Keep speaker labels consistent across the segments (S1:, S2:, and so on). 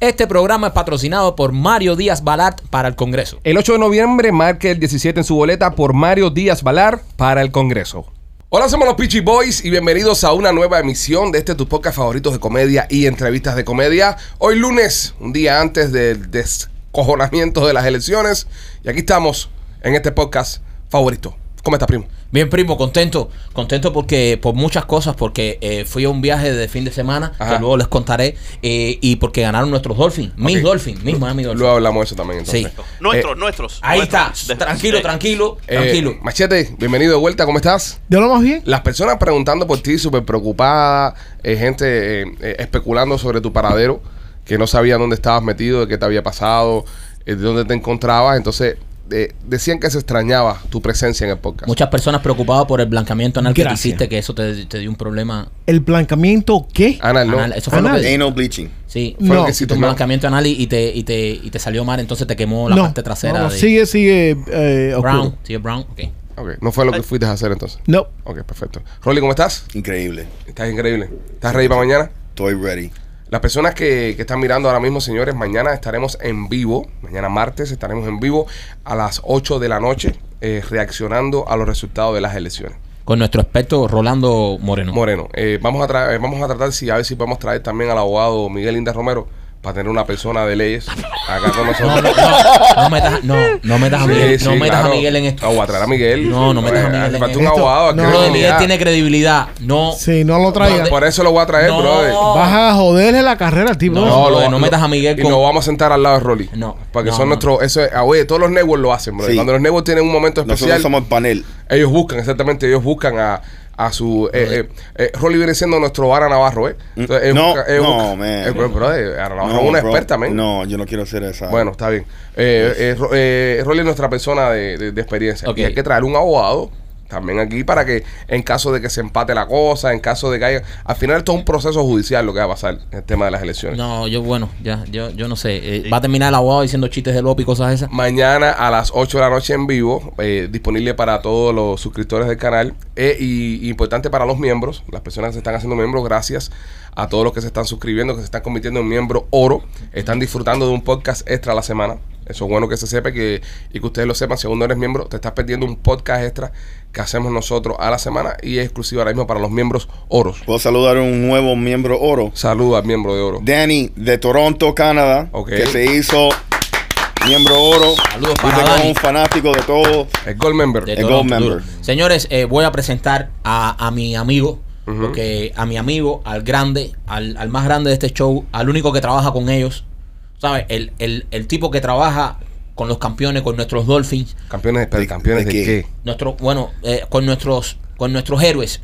S1: Este programa es patrocinado por Mario Díaz Balart para el Congreso.
S2: El 8 de noviembre marque el 17 en su boleta por Mario Díaz Valar para el Congreso.
S3: Hola, somos los Peachy Boys y bienvenidos a una nueva emisión de este tu podcast favoritos de comedia y entrevistas de comedia. Hoy lunes, un día antes del descojonamiento de las elecciones. Y aquí estamos en este podcast favorito. ¿Cómo estás, primo?
S1: Bien, primo, contento. Contento porque por muchas cosas, porque eh, fui a un viaje de fin de semana,
S3: Ajá.
S1: que luego les contaré, eh, y porque ganaron nuestros Dolphins, mis
S3: Ok.
S1: Dolphins, mis Miami Dolphins.
S3: Luego hablamos de eso también, entonces.
S1: Sí.
S4: Nuestros, nuestros.
S1: Eh, Ahí está,
S4: nuestros.
S1: tranquilo,
S4: Eh,
S1: tranquilo,
S3: Eh,
S1: tranquilo.
S3: Machete, bienvenido de vuelta, ¿cómo estás?
S5: Yo lo más bien.
S3: Las personas preguntando por ti, súper preocupada, eh, gente eh, eh, especulando sobre tu paradero, que no sabían dónde estabas metido, de qué te había pasado, eh, de dónde te encontrabas. Entonces, eh, decían que se extrañaba tu presencia en el podcast.
S1: Muchas personas preocupadas por el blanqueamiento anal que te
S5: Gracias.
S1: hiciste, que eso te, te dio un problema.
S5: ¿El blancamiento qué?
S1: Ah,
S3: Ana, no.
S1: anal. Eso fue lo
S5: Anal.
S1: que.
S6: Anal bleaching.
S1: Sí,
S3: Fue lo
S5: No.
S3: que
S1: hiciste
S3: hiciste,
S1: un
S3: ¿no?
S1: blancamiento anal y y te, y, te, y te salió mal, entonces te quemó la parte trasera.
S5: no,
S1: de
S5: sigue, sigue. Eh, oscuro.
S1: Brown, sí, Brown, ok.
S3: Ok, No fue lo que fuiste a hacer entonces.
S5: No.
S3: Ok, perfecto. Rolly, ¿cómo estás?
S6: Increíble.
S3: Estás increíble. ¿Estás ready para mañana?
S6: Estoy ready.
S3: Las personas que, que están mirando ahora mismo, señores, mañana estaremos en vivo, mañana martes estaremos en vivo a las 8 de la noche eh, reaccionando a los resultados de las elecciones.
S1: Con nuestro experto Rolando Moreno.
S3: Moreno, eh, vamos, a tra- eh, vamos a tratar si a ver si podemos traer también al abogado Miguel Inda Romero para tener una persona de leyes acá con nosotros.
S1: No, no, no, no metas, no, no metas a
S3: Sí,
S1: Miguel,
S3: sí,
S1: no metas
S3: claro.
S1: a Miguel en esto.
S3: No, voy a traer a Miguel.
S1: No, no metas a
S3: Eh,
S1: Miguel
S3: hace
S1: en
S3: falta un
S5: esto.
S3: abogado. que
S5: No,
S1: Bro,
S3: credibilidad.
S1: Miguel tiene credibilidad. No,
S5: Sí, no lo traigas.
S3: Por eso lo voy a traer,
S1: No.
S3: brother.
S5: Vas a joderle la carrera al tipo.
S1: No,
S5: No,
S1: brother, no metas a Miguel
S3: Y
S1: con-
S3: nos vamos a sentar al lado de Rolly.
S1: No,
S3: Porque
S1: no,
S3: son
S1: no.
S3: nuestros. Eso es, ah, oye, todos los networks lo hacen, bro.
S6: Sí.
S3: Cuando los networks tienen un momento
S6: Nosotros
S3: especial,
S6: somos el panel.
S3: ellos buscan, exactamente, ellos buscan a, a su. Eh, eh, eh, Rolly viene siendo nuestro Vara Navarro, ¿eh? ellos
S6: Mm. No,
S3: buscan- ellos
S6: no,
S3: buscan-
S6: man.
S3: Eh, bro, brother, Ara Navarro es una
S6: bro.
S3: experta, man.
S6: No, yo no quiero hacer esa.
S3: Bueno, está bien. Eh, eh, Ro- eh, Rolly es nuestra persona de, de- de experiencia.
S1: Ok.
S3: Y hay que traer un abogado también aquí para que, en caso de que se empate la cosa, en caso de que haya. Al final, esto es un proceso judicial lo que va a pasar en el tema de las elecciones.
S1: no, yo bueno, ya, yo, yo no sé. Eh, Va a terminar el abogado diciendo chistes de Lope y cosas esas.
S3: Mañana a las 8 de la noche en vivo, eh, disponible para todos los suscriptores del canal. Eh, y, y importante para los miembros, las personas que se están haciendo miembros, gracias a todos los que se están suscribiendo, que se están convirtiendo en miembro oro. Están disfrutando de un podcast extra a la semana. Eso es bueno que se sepa y que, y que ustedes lo sepan. Si aún no eres miembro, te estás perdiendo un podcast extra que hacemos nosotros a la semana y es exclusivo ahora mismo para los miembros oros.
S6: Puedo saludar a un nuevo miembro oro.
S3: Saluda al miembro de oro.
S6: Danny de Toronto, Canadá.
S3: Ok.
S6: Que se hizo miembro oro.
S1: Saludos
S6: Viste
S1: para
S6: que es
S1: Danny.
S6: un fanático de todo.
S3: El Gold Member.
S1: de
S6: El
S1: Toronto,
S6: Gold
S1: duro.
S6: Member.
S1: Señores, eh, voy a presentar a, a mi amigo,
S3: Ujú.
S1: porque a mi amigo, al grande, al, al más grande de este show, al único que trabaja con ellos, ¿sabes? El, el, el tipo que trabaja con los campeones, con nuestros Dolphins,
S3: Campeones, pero
S6: ¿De-
S3: campeones de,
S6: de
S3: qué?
S6: qué?
S1: nuestro, bueno, eh, con nuestros con nuestros héroes,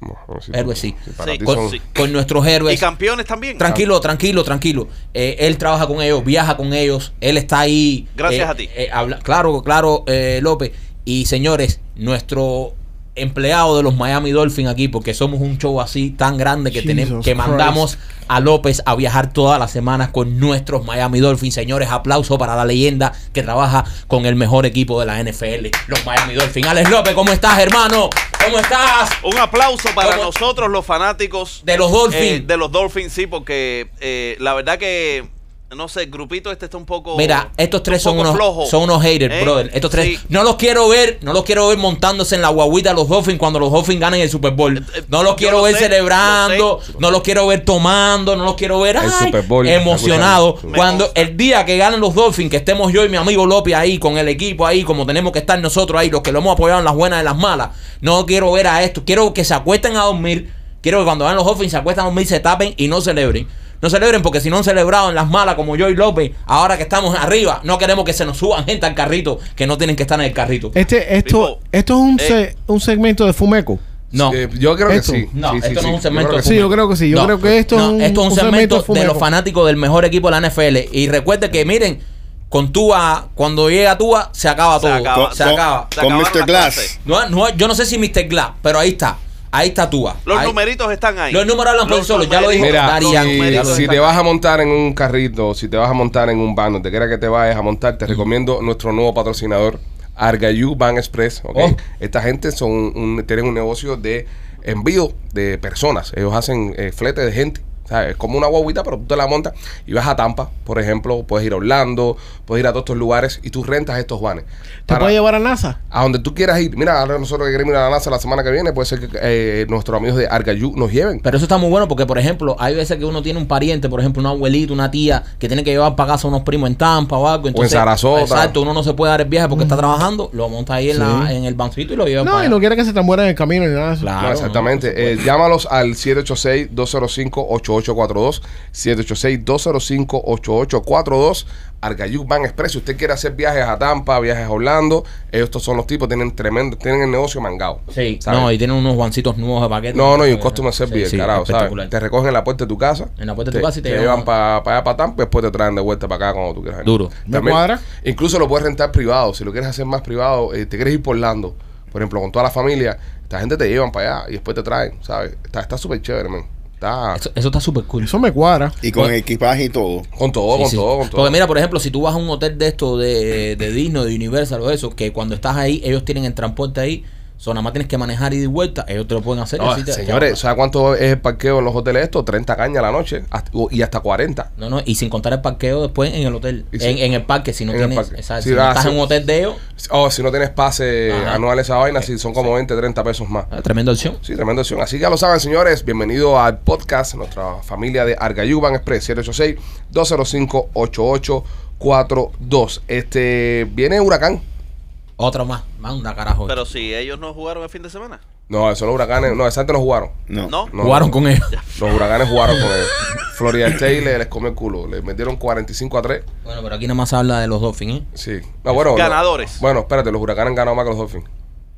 S3: No, no, si-
S1: héroes sí,
S3: si para
S4: Sí,
S3: ti
S4: con-
S3: son-
S4: sí.
S1: con nuestros
S4: Y
S1: héroes.
S4: campeones también.
S1: Tranquilo, tranquilo, tranquilo. Eh, él trabaja con ellos, viaja con ellos, él está ahí.
S4: Gracias
S1: eh,
S4: a ti.
S1: eh, habla- claro, claro, eh, López. Y señores, nuestro empleado de los Miami Dolphins aquí, porque somos un show así tan grande que
S5: Jesus
S1: tenemos que
S5: Christ.
S1: mandamos a López a viajar todas las semanas con nuestros Miami Dolphins. Señores, aplauso para la leyenda que trabaja con el mejor equipo de la NFL, los Miami Dolphins. Alex López, ¿cómo estás, hermano? ¿Cómo estás?
S4: Un aplauso para
S1: ¿Cómo?
S4: nosotros los fanáticos
S1: De los Dolphins.
S4: eh, de los Dolphins, sí, porque eh, la verdad que no sé, el grupito este está un poco
S1: Mira, estos tres
S4: está un
S1: son
S4: poco
S1: unos,
S4: flojo.
S1: son unos haters,
S4: ¿Eh?
S1: brother. Estos tres.
S4: Sí.
S1: No los quiero ver, no los quiero ver montándose en la guaguita de los Dolphins cuando los Dolphins ganen el Super Bowl.
S4: eh,
S1: No los
S4: yo
S1: quiero
S4: lo
S1: ver
S4: sé,
S1: celebrando,
S4: lo sé.
S1: no los quiero ver tomando, no los quiero ver
S3: El
S1: ay,
S3: Super Bowl,
S1: emocionado.
S3: escuchando.
S4: Me
S1: Cuando
S4: consta.
S1: el día que ganen los Dolphins, que estemos yo y mi amigo López ahí, con el equipo ahí, como tenemos que estar nosotros ahí, los que lo hemos apoyado en las buenas y las malas, no quiero ver a esto. Quiero que se acuesten a dormir. Quiero que cuando van los Dolphins se acuesten a dormir, se tapen y no celebren. No celebren porque si no han celebrado en las malas como yo y López, ahora que estamos arriba, no queremos que se nos suban gente al carrito que no tienen que estar en el carrito.
S5: Este,
S4: Primo,
S5: esto, esto es un,
S4: eh.
S5: se- un segmento de Fumeco.
S1: No.
S3: Eh, yo creo
S5: Esto.
S3: que sí.
S1: No,
S3: Sí, sí,
S1: esto
S3: sí.
S1: no es un segmento
S3: Yo creo que
S1: de
S3: sí.
S5: Sí, yo creo que sí. Yo creo que esto es un-
S1: esto es un
S5: un
S1: segmento,
S5: segmento
S1: de
S5: fumero.
S1: los fanáticos del mejor equipo de la NFL. Y recuerde que, miren, Con Tua, cuando llega Tua, se acaba todo.
S4: acaba.
S1: Se
S4: Con-
S1: acaba.
S4: Se
S6: Con
S4: acabaron
S6: Mr.
S4: las
S6: Glass.
S4: clases.
S1: No, no, yo no sé si Mr. Glass, pero ahí está. Ahí está Tua.
S4: Los
S1: Ahí-
S4: numeritos están ahí.
S1: Los números hablan por sí solos, ya lo dijo
S4: numeritos,
S3: Mira,
S4: los
S1: Darían,
S3: y
S4: numeritos
S3: si
S4: están
S3: te vas
S4: ahí.
S3: a montar en un carrito, si te vas a montar en un van, donde quiera que te vayas a montar, te recomiendo nuestro nuevo patrocinador, Argayú Van Express. ¿ok?
S2: Oh.
S3: Esta gente son un- tienen un negocio de envío de personas. Ellos hacen eh, flete de gente. ¿sabes? Es como una guaguita, pero tú te la montas y vas a Tampa, por ejemplo. Puedes ir a Orlando, puedes ir a todos estos lugares y tú rentas estos vanes.
S5: ¿Te
S3: Para-
S5: puede llevar a NASA?
S3: a donde tú quieras ir. Mira, ahora nosotros que queremos ir a la NASA la semana que viene, puede ser que eh, nuestros amigos de Argayú nos lleven.
S1: Pero eso está muy bueno porque, por ejemplo, hay veces que uno tiene un pariente, por ejemplo, un abuelito, una tía, que tiene que llevar para casa a unos primos en Tampa o algo. Entonces,
S3: Sarasota.
S1: Exacto, uno no se puede dar el viaje porque está trabajando, lo monta ahí en, la, en el bancito y lo lleva
S5: Mm. No,
S1: para
S5: y no quiere que se te muera en el camino ni nada de eso.
S3: No, exactamente. Eh, llámalos al 786-205-8842. 786-205-8842. Argayú Van Express. Si usted quiere hacer viajes a Tampa, viajes a Orlando, estos son los tipos. Tienen tremendo, tienen el negocio mangado.
S1: Sí,
S3: ¿sabes?
S1: no, y tiene unos bancitos nuevos de paquete.
S3: No, no, y un customer service,
S1: Sí, sí,
S3: carajo,
S1: espectacular.
S3: ¿sabes? Te recogen en la puerta de tu casa.
S1: En la puerta de tu casa y te
S3: llevan,
S1: llevan-
S3: para allá, para Tampa, y después te traen de vuelta para acá cuando tú quieras.
S1: Duro.
S5: ¿Me cuadra?
S3: Incluso lo puedes rentar privado. Si lo quieres hacer más privado, eh, te quieres ir por Orlando, por ejemplo, con toda la familia, esta gente te llevan para allá y después te traen, ¿sabes? Está está súper chévere, man. Está
S1: Eso, eso está súper cool.
S5: Eso me cuadra.
S6: Y con equipaje y todo.
S3: con todo,
S1: Sí,
S3: con
S1: sí.
S3: todo, con todo.
S1: Porque mira, por ejemplo, si tú vas a un hotel de estos de, de Disney, de Universal o eso, que cuando estás ahí, ellos tienen el transporte ahí, so, nada más tienes que manejar ida y de vuelta, ellos te lo pueden hacer. y
S3: No,
S1: así te-
S3: señores, ¿sabes cuánto es el parqueo en los hoteles estos? 30 cañas a la noche hasta- y hasta 40.
S1: No, no, y sin contar el parqueo después en el hotel,
S3: Y sí.
S1: en, en el parque, si no
S3: En el
S1: tienes,
S3: parque.
S1: exacto,
S3: Sí,
S1: si no
S3: ah,
S1: estás
S3: sí.
S1: en un hotel de ellos,
S3: Oh, si no tienes pase
S1: Ajá. Eh,
S3: anual esa vaina, si son como 20, 30 pesos más.
S1: ah, tremenda opción.
S3: Sí, tremenda opción. Así que ya lo saben, señores. Bienvenido al podcast, nuestra familia de Argayuban Express, 786-205-8842. Este, viene Huracán.
S1: Otra más, manda carajo.
S4: Pero si ellos no jugaron el fin de semana.
S3: No, esos los huracanes. No, esa gente no jugaron.
S6: No.
S4: No.
S3: No,
S1: Jugaron
S3: no.
S1: con ellos.
S3: Los huracanes jugaron con ellos. Florida State le- les comió el culo. Les metieron 45 a 3.
S1: Bueno, pero aquí nada más se habla de los Dolphins, ¿eh?
S3: Sí. No, bueno, no.
S4: Ganadores.
S3: Bueno, espérate, los huracanes han ganado más que los Dolphins.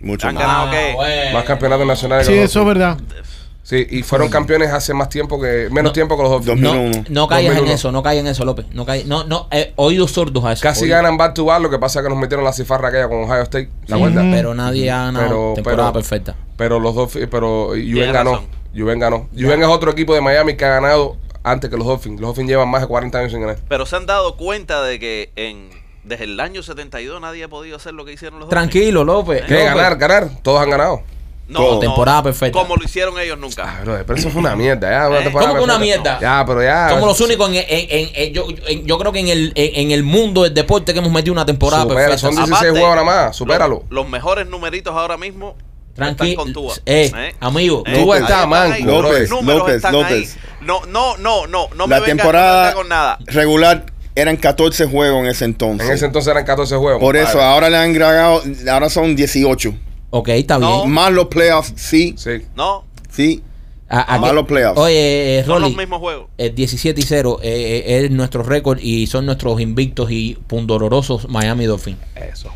S6: Mucho
S4: Han
S6: más.
S4: ganado qué?
S1: Ah, bueno.
S3: Más campeonatos nacionales que
S5: Sí,
S3: los
S5: eso es
S3: Dolphins.
S5: verdad.
S3: Sí, y fueron campeones hace más tiempo que. menos
S1: No.
S3: tiempo que los Dolphins.
S1: No,
S6: 2001.
S1: no caigas en
S3: 2001.
S1: eso, no caigas en eso, López. No, caigas- no, no, eh, oídos sordos a eso.
S3: Casi
S1: oídos.
S3: ganan back to back, lo que pasa es que nos metieron la cifarra aquella con Ohio State. ¿Te
S1: Sí,
S3: acuerdas?
S1: Pero nadie ha ganado
S3: Pero- pero-
S1: temporada perfecta.
S3: Pero los Dolphins, pero Juven
S4: Tienes
S3: ganó.
S4: razón.
S3: Juven ganó. Juven es otro equipo de Miami que ha ganado antes que los Dolphins. Los Dolphins llevan más de 40 años sin ganar.
S1: Eh,
S4: Pero se han dado cuenta de que en desde el año 72 nadie ha podido hacer lo que hicieron los Dolphins.
S1: Tranquilo, López.
S3: ¿Qué?
S1: López.
S3: Ganar, ganar. Todos han ganado.
S4: No, no,
S1: Temporada perfecta.
S4: Como lo hicieron ellos
S3: Ah,
S4: nunca.
S3: bro, pero eso fue una mierda. Ya, una
S4: ¿Eh?
S3: temporada
S1: ¿Cómo que una
S3: perfecta.
S1: mierda?
S3: Ya, pero ya.
S1: Somos los únicos en, en- en- en- yo, en- yo creo que en el, en, en el mundo del deporte que hemos metido una temporada
S3: Supera,
S1: perfecta.
S3: son
S1: Ah,
S3: 16 juegos nada más, supéralo.
S4: Los, los mejores numeritos ahora mismo
S1: Ah, Tranqui-
S4: están con Tua.
S1: eh, amigo,
S3: Tua
S4: ahí
S3: está
S4: están
S3: manco,
S4: ahí,
S6: López,
S4: los números
S6: López,
S4: están
S6: López.
S4: ahí. No, no, no, no, no
S6: la
S4: me vengas
S6: temporada
S4: con nada.
S6: regular eran 14 juegos en ese entonces.
S3: En ese entonces eran 14 juegos.
S6: Por eso,
S3: compadre.
S6: ahora le han grabado, ahora son 18.
S1: Ok, está
S4: No.
S1: bien.
S6: Más los playoffs, sí,
S3: Sí.
S4: No,
S6: sí.
S1: A- a-
S6: Más los playoffs.
S1: Oye, eh,
S4: son
S1: Rolly,
S4: los mismos juegos.
S1: el 17 y 0 eh, eh, es nuestro récord y son nuestros invictos y pundolorosos Miami Dolphins.
S3: Eso.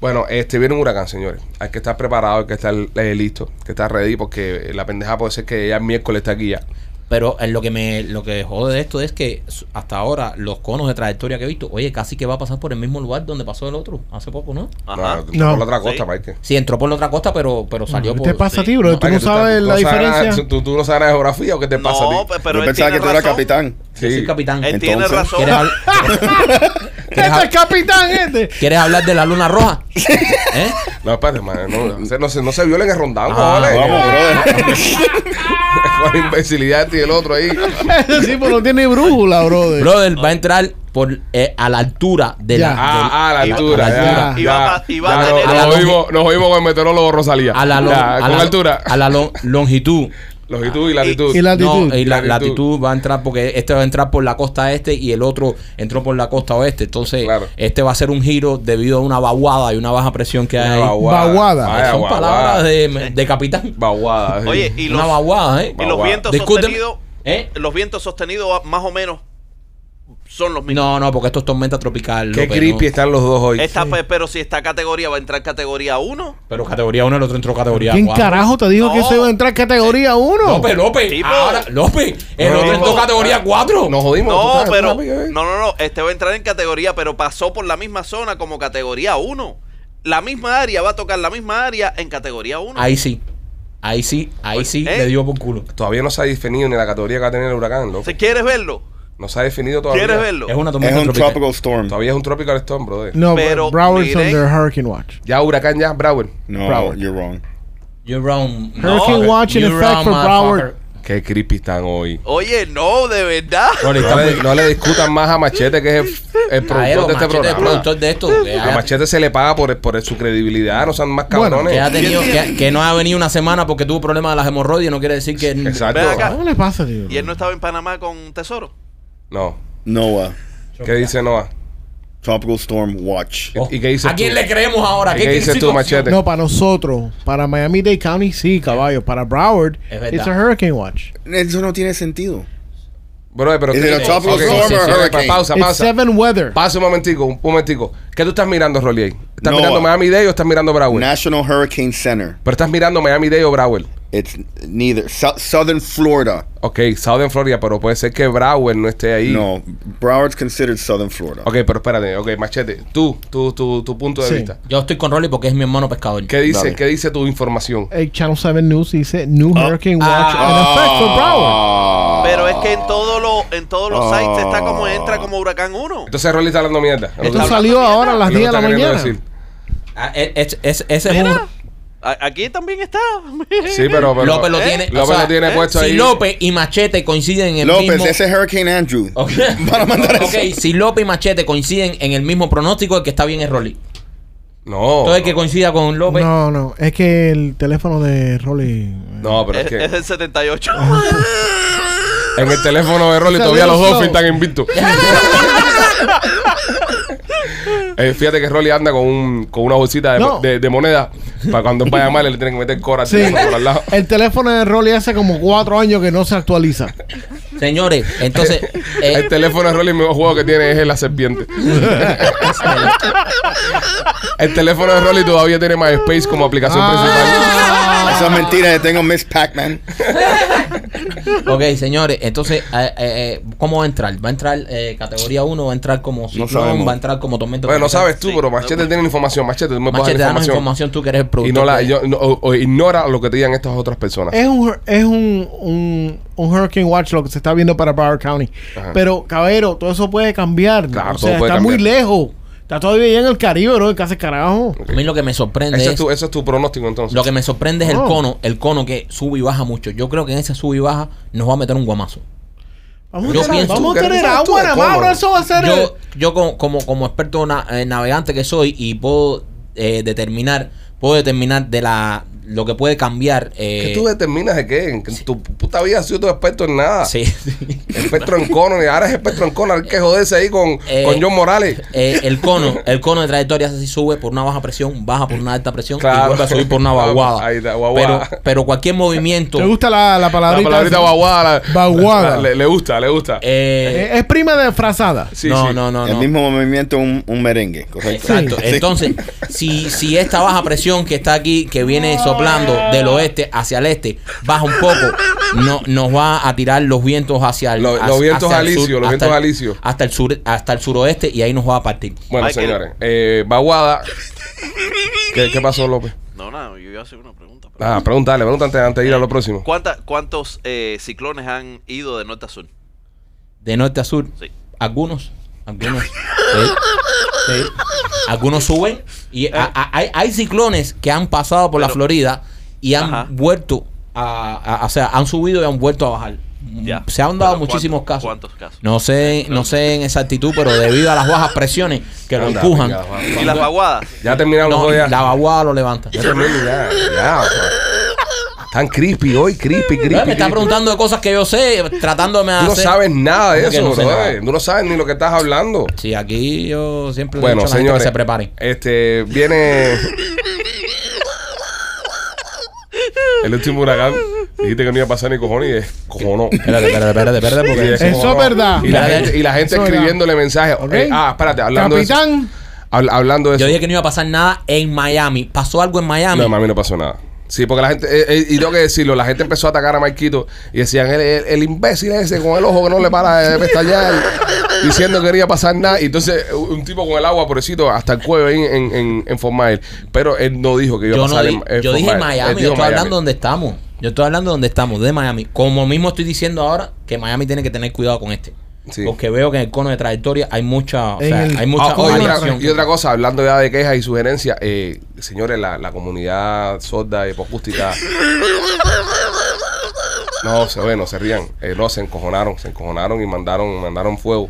S3: Bueno, este viene un huracán, señores. Hay que estar preparado, hay que estar eh, listo, hay que estar ready porque la pendeja puede ser que ya el miércoles está aquí ya.
S1: Pero eh, lo que me lo que jode de esto es que s- hasta ahora los conos de trayectoria que he visto, oye, casi que va a pasar por el mismo lugar donde pasó el otro hace poco, ¿no?
S4: Ajá.
S3: No,
S5: No.
S3: Por la otra costa,
S4: Sí.
S3: Mike.
S1: Sí, entró por la otra costa, pero, pero salió
S5: ¿Qué
S1: por...
S5: Mm, te pasa a ti, bro? ¿Tú
S3: Mike,
S5: no
S3: estás-
S5: sabes
S3: tú
S5: la
S3: no sabes nada-
S5: diferencia?
S3: ¿Tú, tú no sabes nada de geografía o qué te pasa a
S4: No,
S3: ti?
S4: pe- pero
S6: Yo
S4: él
S6: pensaba
S4: tiene
S6: que tú eras
S4: razón.
S6: capitán.
S1: Yo soy capitán.
S4: Él tiene
S6: Entonces,
S4: razón.
S1: ¿Quieres, habl- ¿Quieres
S5: Este es
S1: hab-
S5: capitán, este.
S1: quieres hablar de la luna roja? ¿Eh?
S3: No, espérate, man, no, se- no, se, no se violen el rondado,
S1: Ah,
S6: Vamos,
S1: eh,
S6: brother.
S3: Con la imbecilidad y el otro ahí.
S5: Ese tipo no tiene brújula, brother.
S1: Brother, va a entrar por eh, a la altura de la...
S5: Ya.
S1: del-
S3: Ah, ah, la
S4: Iba-
S3: altura.
S1: a la
S3: ya,
S5: altura.
S3: ya,
S4: Iba a- iba a
S3: Ya,
S4: tener-
S3: no-
S1: a la
S3: nos,
S1: longi-
S3: oímos, nos oímos con el meteorólogo Rosalía.
S1: a la, lo-
S3: Ya,
S1: a
S3: con
S1: la-
S3: altura.
S1: a la lo- longitud.
S3: longitud y latitud.
S5: y la- Latitud.
S1: No, y la
S3: Latitud.
S1: latitud va a entrar porque este va a entrar por la costa este y el otro entró por la costa oeste. Entonces,
S3: Claro.
S1: este va a ser un giro debido a una vaguada y una baja presión que hay.
S5: Vaguada.
S3: Vaya,
S1: Son
S3: vaguada.
S1: palabras de, de capitán.
S3: Vaguada, sí.
S4: Oye, y los,
S1: una vaguada, ¿eh?
S4: y los
S3: Vaguada.
S4: vientos
S1: Discúlpeme.
S4: sostenidos,
S1: ¿Eh?
S4: los vientos sostenidos más o menos son los mismos.
S1: No, no, porque esto es tormenta tropical.
S3: Qué
S1: López,
S3: creepy
S1: no.
S3: están los dos hoy.
S4: Esta, pe- Pero si esta categoría va a entrar categoría 1,
S1: Pero categoría 1 el otro entró categoría 4.
S5: ¿Quién carajo te dijo que
S4: No.
S5: eso iba a entrar categoría 1?
S1: López, López.
S4: Tipo.
S1: Ahora, López, el
S3: No,
S1: otro entró
S4: tipo.
S1: categoría 4.
S3: Nos jodimos. tú
S4: No,
S3: estás- tú
S4: pero.
S3: estás- eh.
S4: No, no, no. Este va a entrar en categoría, pero pasó por la misma zona como categoría 1. La misma área va a tocar la misma área en categoría 1.
S1: Ahí sí. Ahí sí, ahí sí
S4: ¿Eh?
S1: le dio por culo.
S3: Todavía no se ha definido ni la categoría que va a tener el huracán, loco.
S4: Si quieres verlo,
S3: No se ha definido todavía.
S4: quieres verlo.
S1: Es una
S6: Es
S1: tormenta
S6: un
S1: tropical.
S6: tropical storm.
S3: Todavía es un tropical storm, brother.
S5: No,
S4: Pero
S5: pero Broward's
S4: miren-
S5: under Hurricane Watch.
S3: Ya huracán, ya, Brower.
S6: No,
S5: Broward.
S6: you're wrong.
S1: You're wrong.
S5: Hurricane
S1: No,
S5: Watch in
S1: you're wrong,
S5: effect for Broward.
S1: motherfucker.
S3: Qué creepy están hoy.
S4: Oye, no, de verdad.
S3: No le, no le discutan más a Machete, que es el, el productor
S1: Caero,
S3: de este
S1: Machete,
S3: programa.
S1: el productor de esto. que
S3: A
S1: haya-
S3: Machete se le paga por, por su credibilidad, no sean más
S5: Bueno,
S3: cabrones.
S1: que, ha tenido, que, que no ha venido una semana porque tuvo problemas de las hemorroides. No quiere decir que.
S3: Exacto.
S4: Ven acá.
S5: ¿Qué le pasa, tío?
S4: Y él no estaba en Panamá con Tesoro.
S3: No.
S6: Noah.
S3: ¿Qué dice Noah?
S6: Tropical storm watch.
S3: ¿Y- ¿Y qué dices
S1: Oh. ¿A quién
S3: tú?
S1: le creemos ahora?
S3: ¿Y ¿Qué, dices tú,
S1: situación?
S3: Machete?
S5: No, para nosotros, para Miami-Dade County sí, caballo. Para Broward,
S1: Es verdad.
S5: it's a Hurricane Watch.
S6: Eso no tiene sentido.
S3: Bro, pero
S6: Is
S3: ¿qué-
S6: it a tropical
S3: Ok,
S6: storm
S3: sí,
S6: or
S3: sí,
S6: hurricane?
S3: Pausa,
S5: It's
S3: pausa.
S5: seven weather.
S3: Pausa un momentico, un momentico. ¿Qué tú estás mirando, Rolier? ¿Estás
S6: Noah.
S3: mirando Miami-Dade o estás mirando
S1: Ah,
S3: Broward?
S6: National Hurricane Center.
S3: Pero estás mirando Miami-Dade o Broward.
S6: It's neither. Sou- Southern Florida.
S3: Ok, Southern Florida, pero puede ser que Broward no esté ahí.
S6: No, Broward's considered Southern Florida.
S3: Ok, pero espérate. Ok, Machete, tú, tú, tu, tu punto de
S5: Sí.
S3: vista.
S1: Yo estoy con Rolly porque es mi hermano pescador.
S3: ¿Qué dice,
S6: Dale.
S3: ¿Qué dice tu información?
S5: El Channel 7 News dice New
S3: Oh.
S5: Hurricane Watch in effect for Broward.
S6: Ah.
S4: Ah. Pero es que en todos los en todos los
S6: Ah.
S4: sites está como entra como huracán 1.
S3: Entonces Rolly está hablando mierda. Es
S5: Esto
S3: lo que-
S5: salió ahora a las
S3: es lo que
S5: 10 de la
S3: está queriendo
S5: mañana.
S3: decir.
S1: Ah, es- es- es- ese es un.
S4: Mira, a- aquí también está.
S3: Sí, pero, pero
S1: López lo tiene.
S3: López
S1: o sea,
S3: lo tiene
S4: ¿eh?
S3: puesto
S1: Si
S3: ahí.
S1: López y Machete coinciden en el
S6: López,
S1: mismo.
S6: ese es Hurricane Andrew.
S1: Ok.
S6: Van a mandar eso.
S1: Ok, si López y Machete coinciden en el mismo pronóstico, el que está bien es Rolly.
S3: No.
S1: Todo el que coincida con López.
S5: No, no, es que el teléfono de Rolly.
S3: No, pero es
S4: Es,
S3: que
S4: es el 78.
S3: en el teléfono de Rolly
S5: Salió
S3: todavía los
S5: slow.
S3: Dolphins están invictos. Eh, fíjate que Rolly anda con, un, con una bolsita de,
S5: No.
S3: de- de moneda para cuando vaya a mal le tienen que meter cora al
S5: Sí,
S3: teléfono por al lado.
S5: el teléfono de Rolly hace como cuatro años que no se actualiza.
S1: Señores, entonces. eh,
S3: El teléfono de Rolly, el mejor juego que tiene es la serpiente. el teléfono de Rolly todavía tiene MySpace como aplicación
S5: Ah.
S3: principal.
S6: Eso
S4: Ah.
S6: es mentira, yo tengo Miss Pac-Man.
S1: ok, señores, entonces, eh, eh, eh, ¿cómo va a entrar? ¿Va a entrar eh, categoría 1? ¿Va a entrar como ciclón?
S6: sabemos.
S1: ¿Va a entrar como tormento?
S3: Bueno, no sabes tú,
S4: Sí.
S3: pero Machete tiene la información. Machete, tú me puedes dar
S1: Machete,
S3: la
S1: danos
S3: información.
S1: información tú que eres el
S3: Y
S1: productor.
S3: no la,
S1: de-
S3: yo- no- o- o ignora lo que te digan estas otras personas.
S5: Es un, es un, un, un Hurricane Watch lo que se está viendo para Broward County.
S3: Ajá.
S5: Pero, caballero, todo eso puede cambiar.
S3: Claro,
S5: o
S3: todo
S5: sea,
S3: puede
S5: está muy
S3: cambiar.
S5: lejos. Está todavía en el Caribe, bro. ¿Qué hace carajo?
S1: A mí lo que me sorprende
S3: Ese
S1: es,
S3: es tu, ese es tu pronóstico entonces.
S1: lo que me sorprende es el
S5: Oh.
S1: cono, el cono que sube y baja mucho. Yo creo que en ese sube y baja nos va a meter un guamazo.
S5: Vamos
S1: Yo
S5: a tener,
S1: pienso-
S5: vamos a
S3: ¿Qué
S5: tener
S3: piensas tú
S5: agua,
S3: de
S5: nada más,
S3: cómo?
S5: bro. Eso va a ser. el-
S1: Yo, yo como, como, como experto na- eh, navegante que soy y puedo eh, determinar, puedo determinar de la lo que puede cambiar. eh,
S3: ¿Qué tú determinas de qué? En que tu puta vida has sido tu experto en nada.
S1: sí, sí.
S3: Espectro en cono, y ahora es espectro en cono. Hay que joderse ahí con,
S1: Eh,
S3: con John Morales.
S1: Eh, el cono, el cono de trayectoria así sube por una baja presión, baja por una alta presión y
S3: Claro.
S1: vuelve a subir por una
S3: Claro,
S1: vaguada.
S3: ahí está, guaguada.
S1: Pero, pero cualquier movimiento
S5: ¿Te gusta la, la
S3: La
S5: palabrita?
S3: palabrita vaguada. la-
S5: Vaguada.
S3: la- Le, le gusta, le gusta.
S1: eh,
S5: Eh, es prima de frazada.
S3: Sí,
S1: no,
S3: sí.
S1: no, no,
S6: el
S1: no.
S6: mismo movimiento, un, un merengue, correcto.
S1: Exacto.
S6: Sí.
S1: Entonces, si, si esta baja presión que está aquí, que viene soplando del oeste hacia el este, baja un poco, no, nos va a tirar los vientos hacia el
S3: Lo- los
S1: hacia-
S3: vientos
S1: hacia el
S3: alisios, los
S1: hasta
S3: vientos
S1: el-
S3: alisios.
S1: Hasta el sur, hasta el suroeste y ahí nos va a partir.
S3: Bueno,
S4: Ay, que-
S3: señores. eh, vaguada. ¿Qué, qué pasó, López?
S4: No, nada, yo iba a hacer una pregunta. pero-
S3: Ah, pregúntale, pregúntate antes de ir a lo próximo.
S4: ¿Cuánta- ¿Cuántos eh, ciclones han ido de norte a sur?
S1: De norte a sur.
S4: Sí.
S1: Algunos. Algunos. Sí, sí. Algunos suben. Y a- a- hay, hay ciclones que han pasado por la
S4: Pero-
S1: Florida y han
S4: Ajá.
S1: vuelto a, a- O sea, han subido y han vuelto a bajar.
S4: Ya.
S1: Se han dado
S4: Pero
S1: muchísimos
S4: ¿cuántos-
S1: casos.
S4: cuántos casos? Eh,
S1: No sé, no sé en exactitud, pero debido a las bajas presiones que lo
S3: Anda,
S1: empujan.
S3: venga, va-
S4: ¿Y las vaguadas?
S3: Ya terminaron los
S1: No,
S3: dos ya.
S1: la vaguada lo levanta.
S3: Ya terminaron ya. Ya, o sea. Tan creepy hoy, creepy, creepy.
S1: Me está
S3: creepy.
S1: preguntando de cosas que yo sé, tratándome de
S3: Tú no
S1: hacer-
S3: sabes nada de
S1: ¿Cómo que
S3: eso,
S1: no sé
S3: brother.
S1: nada?
S3: Tú no sabes ni lo que estás hablando.
S1: Sí, aquí yo siempre le he
S3: Bueno,
S1: dicho a la gente
S3: señores,
S1: que se preparen.
S3: este viene el último huracán. Dijiste que no iba a pasar ni cojones y descojonó.
S7: Espérate, espérate, espérate, espérate,
S3: Y
S7: porque
S3: descojonó.
S5: Eso es verdad.
S3: Y la gente, y la gente
S5: Eso es
S3: escribiéndole mensajes.
S5: Ok.
S3: Eh, ah, espérate, hablando de eso.
S5: Capitán.
S3: Habla- hablando de eso.
S1: Yo dije que no iba a pasar nada en Miami. ¿Pasó algo en Miami?
S3: No, mami, no pasó nada. Sí, porque la gente, eh, eh, y tengo que decirlo, la gente empezó a atacar a Marquito y decían, el, el- el imbécil ese con el ojo que no le para de pestañear, diciendo que no iba a pasar nada. Y entonces un un tipo con el agua, pobrecito, hasta el cuello ahí en, en, en Fort Myers. Pero él no dijo que iba
S1: yo
S3: a
S1: no
S3: pasar
S1: di-
S3: en- en
S1: yo
S3: Fort
S1: dije
S3: Myers. Él
S1: Miami, yo
S3: eh, dijo
S1: estoy
S3: Miami.
S1: hablando donde estamos. Yo estoy hablando donde estamos, de Miami. Como mismo estoy diciendo ahora que Miami tiene que tener cuidado con este.
S3: Sí.
S1: Porque veo que en el cono de trayectoria hay mucha, o
S5: En
S1: sea,
S5: el-
S1: hay mucha
S3: Ah, oye, otra-
S1: orientación.
S3: y otra cosa, hablando ya de quejas y sugerencias, eh, señores, la, la comunidad sorda y posacústica. No, se bueno, se rían. Eh, no, se encojonaron, se encojonaron y mandaron, mandaron fuego.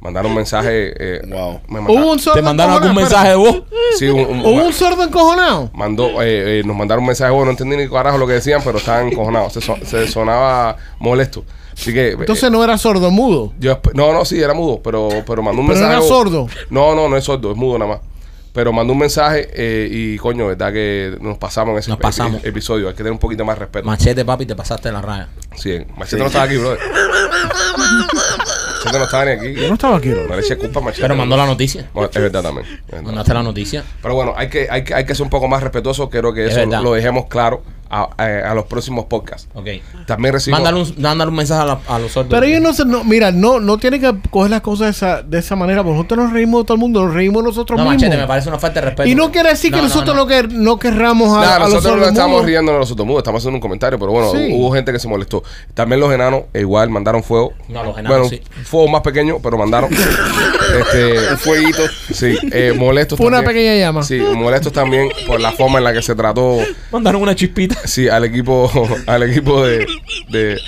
S3: Mandaron mensaje. eh,
S6: Wow.
S3: me mandaron-
S5: Hubo un sordo
S1: ¿Te mandaron algún
S5: encojonado,
S1: mensaje de voz?
S3: sí, un- un-
S5: espera. Hubo un sordo encojonado.
S3: mandó, eh, eh, nos mandaron un mensaje, bueno, no entendí ni carajo lo que decían, pero estaban encojonados. Se, so- se sonaba molesto. Así que. eh,
S5: Entonces no era sordo, mudo.
S3: Yo esp- no, no, sí, era mudo, pero, pero mandó un
S5: Pero
S3: mensaje.
S5: era
S3: o-
S5: sordo.
S3: No, no, no es sordo, es mudo nada más. Pero mandó un mensaje eh, y coño, verdad que nos pasamos en ese
S1: Nos pasamos.
S3: epi- episodio. Hay que tener un poquito más de respeto.
S1: Machete, papi, te pasaste la raya.
S3: sí, Machete no estaba aquí, brother. Machete no estaba ni aquí.
S5: Yo no estaba aquí.
S3: No le eché culpa a Machete.
S1: Pero mandó la noticia.
S3: Bueno, Es verdad también. es verdad.
S1: Mandaste la noticia.
S3: Pero bueno, hay que, hay, que, hay que ser un poco más respetuosos. Quiero que
S1: Es
S3: eso
S1: verdad.
S3: lo dejemos claro a, a- a los próximos podcasts.
S1: Ok.
S3: También recibimos.
S1: Mándale un, mándale un mensaje a, la- a los sordos.
S5: Pero ellos no se. No, mira, no, no tienen que coger las cosas de esa, de esa manera. Porque nosotros nos reímos de todo el mundo, nos reímos nosotros
S1: No,
S5: mismos.
S1: machete, me parece una falta de respeto.
S5: y no quiere decir que
S1: No, no,
S5: nosotros
S1: no.
S5: no, quer- no querramos a,
S3: Nah,
S5: a los
S3: nosotros no
S5: sordos.
S3: estamos
S5: mudos.
S3: riendo de los sordomudos, estamos haciendo un comentario, pero bueno,
S5: Sí.
S3: hu- hubo gente que se molestó. También los enanos, eh, igual, mandaron fuego.
S1: No, los enanos,
S3: bueno,
S1: sí.
S3: fuego más pequeño, pero mandaron. este,
S6: Un fueguito.
S3: sí, eh, molestos
S5: Fue una
S3: también.
S5: pequeña llama.
S3: Sí, molestos también por la forma en la que se trató,
S1: Mandaron una chispita.
S3: sí, al equipo, al equipo de... de-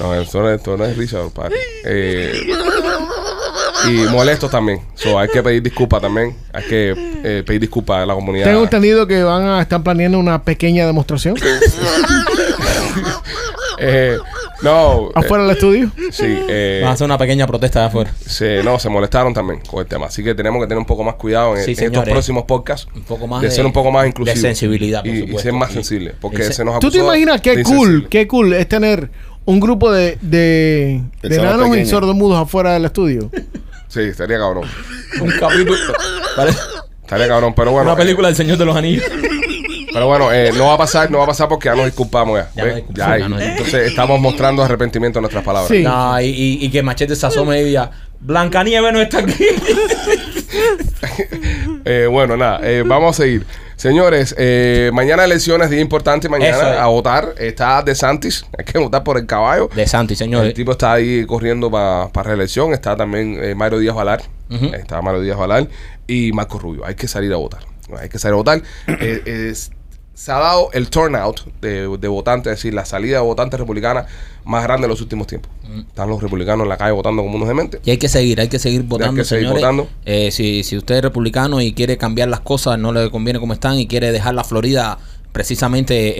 S3: no, esto no, es- esto no es risa, padre. Eh, y molestos también. So, hay que pedir disculpas también. Hay que eh, pedir disculpas a la comunidad.
S5: Tengo entendido que van a estar planeando una pequeña demostración
S3: Eh, no. eh,
S5: afuera del estudio.
S3: Sí, eh,
S1: Van a hacer una pequeña protesta de afuera.
S3: se, no, se molestaron también con el tema. Así que tenemos que tener un poco más cuidado en, en
S1: Sí,
S3: estos
S1: señores.
S3: próximos podcasts.
S1: Un poco más
S3: de,
S1: de-
S3: ser un poco más inclusivos.
S1: de sensibilidad, por
S3: y, y
S1: supuesto.
S3: ser más
S1: Y-
S3: sensibles. Porque
S1: y se-
S3: se nos
S5: ¿Tú te
S3: acusó
S5: imaginas qué
S3: de
S5: cool,
S3: insensible.
S5: qué cool es tener un grupo de, de, de
S6: Personas
S5: enanos y
S6: pequeñas.
S5: sordomudos afuera del estudio?
S1: Ah,
S3: Sí, estaría cabrón.
S1: Un capítulo. Parece
S3: Estaría cabrón, pero bueno.
S1: una película del Señor de los Anillos.
S3: eh, pero bueno, eh, no va a pasar, no va a pasar porque ya nos disculpamos ya.
S1: Ya
S3: ¿ves?
S1: nos disculpamos,
S3: Ya, y-
S1: ya nos disculpamos.
S3: entonces estamos mostrando arrepentimiento en nuestras palabras.
S5: Sí.
S1: No, y, y- y que Machete se asome y diga, Blancanieve no está aquí.
S3: Eh, bueno, nada, eh, vamos a seguir. Señores, eh, mañana elecciones, día importante.
S1: Eso
S3: Mañana
S1: es.
S3: a votar. Está De Santis. Hay que votar por el caballo.
S1: De Santi, señores.
S3: El tipo está ahí corriendo para reelección. Está también eh, Mario Díaz Valar. Está Mario Díaz Valar y Marco Rubio. Hay que salir a votar. Hay que salir a votar. Eh, es- se ha dado el turnout de, de votantes, es decir, la salida de votantes republicanas más grande en los últimos tiempos. Están los republicanos en la calle votando como unos dementes.
S1: Y hay que seguir, hay que seguir votando,
S3: que seguir
S1: señores.
S3: votando.
S1: Eh, si, si usted es republicano y quiere cambiar las cosas, no le conviene como están y quiere dejar la Florida precisamente eh,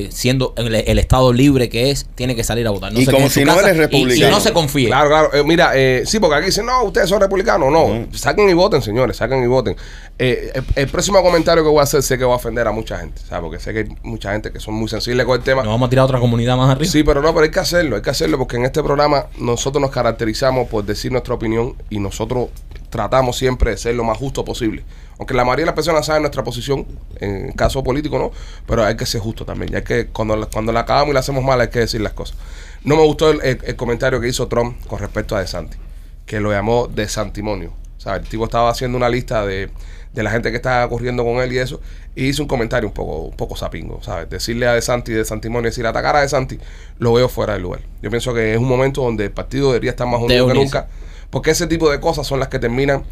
S1: eh, siendo el, el estado libre que es, tiene que salir a votar.
S6: Y
S1: se quede
S6: como
S1: en su
S6: si no
S1: casa
S6: eres
S1: Y, y
S6: republicano.
S1: no se confíe.
S3: Claro, claro. Eh, mira, eh, sí, porque aquí dicen, no, ustedes son republicanos. No, saquen y voten, señores, saquen y voten. Eh, el, el próximo comentario que voy a hacer sé que va a ofender a mucha gente, ¿sabes? Porque sé que hay mucha gente que son muy sensibles con el tema.
S1: Nos vamos a tirar a otra comunidad más arriba.
S3: Sí, pero no, pero hay que hacerlo, hay que hacerlo porque en este programa nosotros nos caracterizamos por decir nuestra opinión y nosotros tratamos siempre de ser lo más justo posible. Aunque la mayoría de las personas saben nuestra posición, en caso político, ¿no? Pero hay que ser justo también, ya que cuando la, cuando la acabamos y la hacemos mal hay que decir las cosas. No me gustó el, el- el comentario que hizo Trump con respecto a DeSanti, que lo llamó desantimonio. ¿Sabes? El tipo estaba haciendo una lista de, de la gente que estaba corriendo con él y eso, y hizo un comentario un poco, un poco sapingo, ¿sabes? Decirle a De Santi, De Santimonio, decir atacar a De Santi, lo veo fuera de lugar. Yo pienso que es un momento donde el partido debería estar más unido que
S1: unirse.
S3: nunca, porque ese tipo de cosas son las que terminan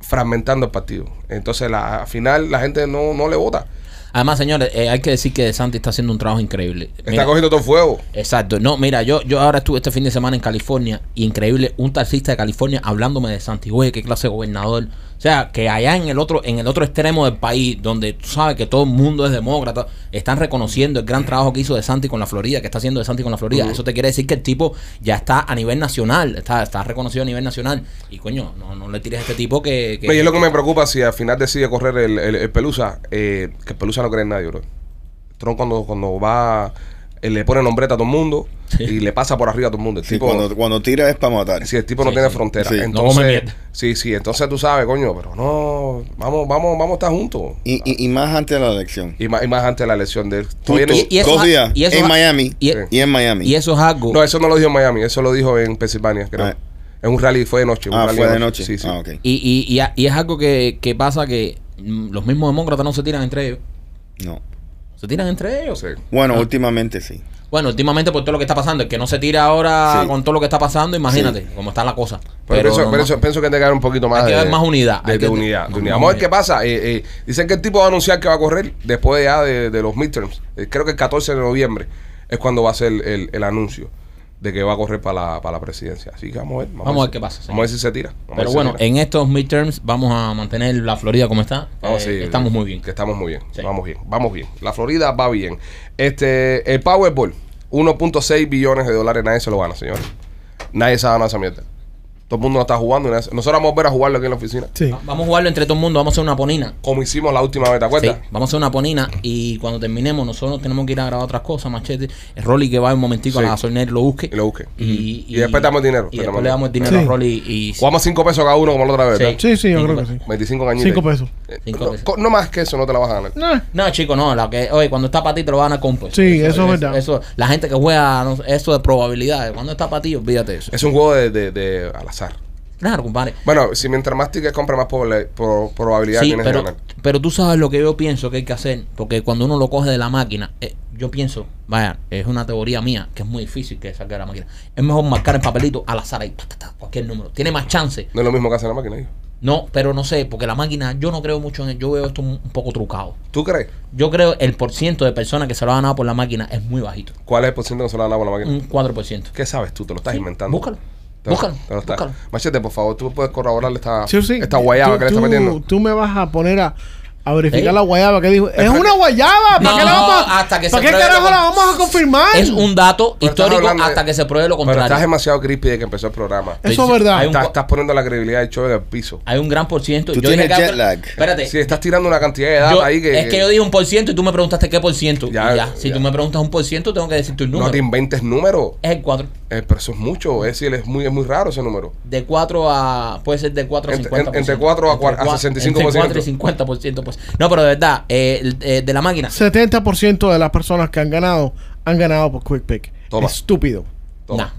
S3: fragmentando el partido. Entonces, la, al final, la gente no, no le vota.
S1: Además, señores, eh, hay que decir que De Santi está haciendo un trabajo increíble.
S3: Está
S1: Mira,
S3: cogiendo todo fuego.
S1: Exacto. No, mira, yo, yo ahora estuve este fin de semana en California y increíble, un taxista de California hablándome de Santi, güey, qué clase de gobernador. O sea, que allá en el otro, en el otro extremo del país, donde tú sabes que todo el mundo es demócrata, están reconociendo el gran trabajo que hizo de Santi con la Florida, que está haciendo de Santi con la Florida. Eso te quiere decir que el tipo ya está a nivel nacional, está, está reconocido a nivel nacional. Y coño, no, no le tires a este tipo que, que-
S3: No, y es lo que me preocupa si al final decide correr el, el- el Pelusa, eh, que el Pelusa no cree en nadie, bro. Tron cuando, cuando va eh, le pone nombreta a todo el mundo y le pasa por arriba a todo el mundo. El
S6: Sí,
S3: tipo,
S6: cuando, cuando tira es para matar.
S3: si el tipo no
S1: Sí,
S3: tiene
S1: sí.
S3: frontera.
S6: Sí. No
S3: Entonces,
S1: come mierda.
S3: sí, sí, entonces tú sabes, coño, pero no, vamos, vamos, vamos a estar juntos.
S6: Y, y, y más antes de la elección.
S3: Y más, y más antes de la elección de él. Estoy en-
S1: Y- y eso-
S6: Dos días
S1: y eso-
S6: en Miami
S1: y-
S6: y, en Miami.
S1: Y eso es algo.
S3: No, eso no lo dijo en Miami, eso lo dijo en Pensilvania, creo.
S6: Ah.
S3: En un rally fue de noche. un
S6: ah,
S3: rally
S6: fue de noche.
S3: Sí, sí.
S6: Ah, ok.
S1: y, y, y, a- y es algo que, que pasa que mm, los mismos demócratas no se tiran entre ellos.
S6: No.
S1: Se tiran entre ellos.
S3: Sí.
S6: Bueno,
S5: Ah.
S6: últimamente sí.
S1: Bueno, últimamente por todo lo que está pasando, el que no se tira ahora
S6: Sí.
S1: con todo lo que está pasando, imagínate cómo está la cosa.
S3: Pero, pienso,
S1: no,
S3: pero
S1: no.
S3: eso- pienso que te que un poquito más
S1: Hay que
S3: de
S1: ver más unidad,
S3: De,
S1: hay
S3: de
S1: que-
S3: unidad, de
S1: más
S3: unidad. Vamos a ver
S1: unidad.
S3: qué pasa. Eh, eh, dicen que el tipo va a anunciar que va a correr después ya de, de los midterms. Eh, creo que el 14 de noviembre es cuando va a ser el, el anuncio de que va a correr para la, para la presidencia. Así que vamos a ver.
S1: Vamos a ver qué pasa, sí.
S3: Vamos a ver si se tira. Vamos a ver
S1: Pero
S3: si
S1: bueno,
S3: se tira.
S1: en estos midterms vamos a mantener la Florida como está.
S3: Vamos,
S1: Eh,
S3: sí,
S1: estamos muy bien.
S3: Que estamos muy bien.
S1: Sí.
S3: Vamos bien. Vamos bien. La Florida va bien. Este, el Powerball, 1.6 billones de dólares. Nadie se lo gana, señores. Nadie se ha ganado esa mierda. Todo el mundo lo está jugando. y nadie se- Nosotros vamos a volver a jugarlo aquí en la oficina.
S5: Sí.
S1: Va- Vamos a jugarlo entre todo el mundo, vamos a hacer una ponina.
S3: Como hicimos la última vez, ¿te
S1: Sí,
S3: acuerdas?
S1: vamos a hacer una ponina y cuando terminemos nosotros tenemos que ir a grabar otras cosas, machete. El Rolly que va un
S3: Sí.
S1: momentico a la gasolinera y lo busque.
S3: Y lo busque.
S1: Y,
S3: Y después damos dinero.
S1: Y
S3: Le damos
S1: después le damos el dinero
S5: Sí.
S1: a Rolly y...
S3: Jugamos 5 pesos cada uno como la otra vez, ¿verdad?
S5: Sí, sí, yo
S1: Cinco
S5: creo que sí.
S1: pesos.
S3: 25 cañitas.
S5: Cinco pesos.
S3: Eh,
S1: Cinco
S3: no,
S1: pesos.
S3: co- no más que eso, no te la vas a ganar.
S5: Nah.
S1: No, chico, no. La que, oye, cuando está para ti te lo van a comprar.
S5: Sí, eso es verdad.
S1: Eso, la gente que juega, no sé, eso de probabilidades. Cuando está para ti, olvídate de eso.
S3: Es un juego de, de- de al azar.
S1: Claro, compadre.
S3: Bueno, si mientras más tickets compras, más proba- pro- probabilidad
S1: Sí,
S3: tienes
S1: pero,
S3: de ganar.
S1: pero tú sabes lo que yo pienso que hay que hacer, porque cuando uno lo coge de la máquina, eh, yo pienso, vaya, es una teoría mía, que es muy difícil que saque de la máquina. Es mejor marcar el papelito al azar ahí, ta, ta, ta, cualquier número. Tiene más chance.
S3: No es lo mismo que hacer la máquina. hijo.
S1: No, pero no sé, porque la máquina, yo no creo mucho en él, yo veo esto un, un poco trucado.
S3: ¿Tú crees?
S1: Yo creo el porciento de personas que se lo han ganado por la máquina es muy bajito,
S3: ¿Cuál es el porcentaje que se lo han dado por la máquina?
S1: un 4%.
S3: ¿Qué sabes tú? Te lo estás inventando.
S1: Mm. Búscalo.
S3: Te lo-
S1: Búscalo.
S3: te lo estás-
S1: búscalo.
S3: Machete, por favor, tú puedes corroborar esta,
S5: Sí, sí.
S3: Ah, esta guayaba
S5: Tú-
S3: que le está
S5: tú-
S3: metiendo.
S5: Tú me vas a poner a, a verificar
S1: ¿Eh?
S5: la guayaba que dijo. ¡Es una guayaba! Ah, ¿Para
S1: No,
S5: qué la vamos a,
S1: hasta que
S5: ¿para
S1: se
S5: qué
S1: pruebe lo
S5: carajo la
S1: con-
S5: vamos a confirmar?
S1: Es un dato
S3: Pero estás
S1: histórico
S3: hablando de-
S1: hasta que se pruebe lo
S3: Pero estás
S1: contrario.
S3: demasiado creepy de que empezó el programa.
S5: Eso es verdad.
S1: Hay un,
S3: Estás,
S1: cua-
S3: estás poniendo la credibilidad del show en el piso.
S1: hay un gran por ciento.
S6: Tú
S1: Yo dije
S6: tienes
S1: que-
S6: jet lag.
S1: Espérate.
S3: Si estás tirando una cantidad de
S1: Yo-
S3: datos ahí que,
S1: es que yo dije un por ciento y tú me preguntaste qué por ciento. Y Ya,
S3: Ya,
S1: Si
S3: ya.
S1: tú me preguntas un por ciento, tengo que decir tu número.
S3: no te inventes números.
S1: es el 4.
S3: Eh, pero eso es mucho, es decir, es muy, es muy raro ese número.
S1: De 4 a. Puede ser de 4 a
S3: Entre-
S1: 50%.
S3: entre cuatro a
S1: Entre
S3: cua- a
S1: cua-
S3: 65%.
S1: Entre 4 y 50%. Pues. No, pero de verdad, eh, el- eh, de la máquina.
S5: 70% de las personas que han ganado han ganado por Quick Pick.
S3: Toma.
S5: Estúpido.
S3: Toma.
S1: Nada.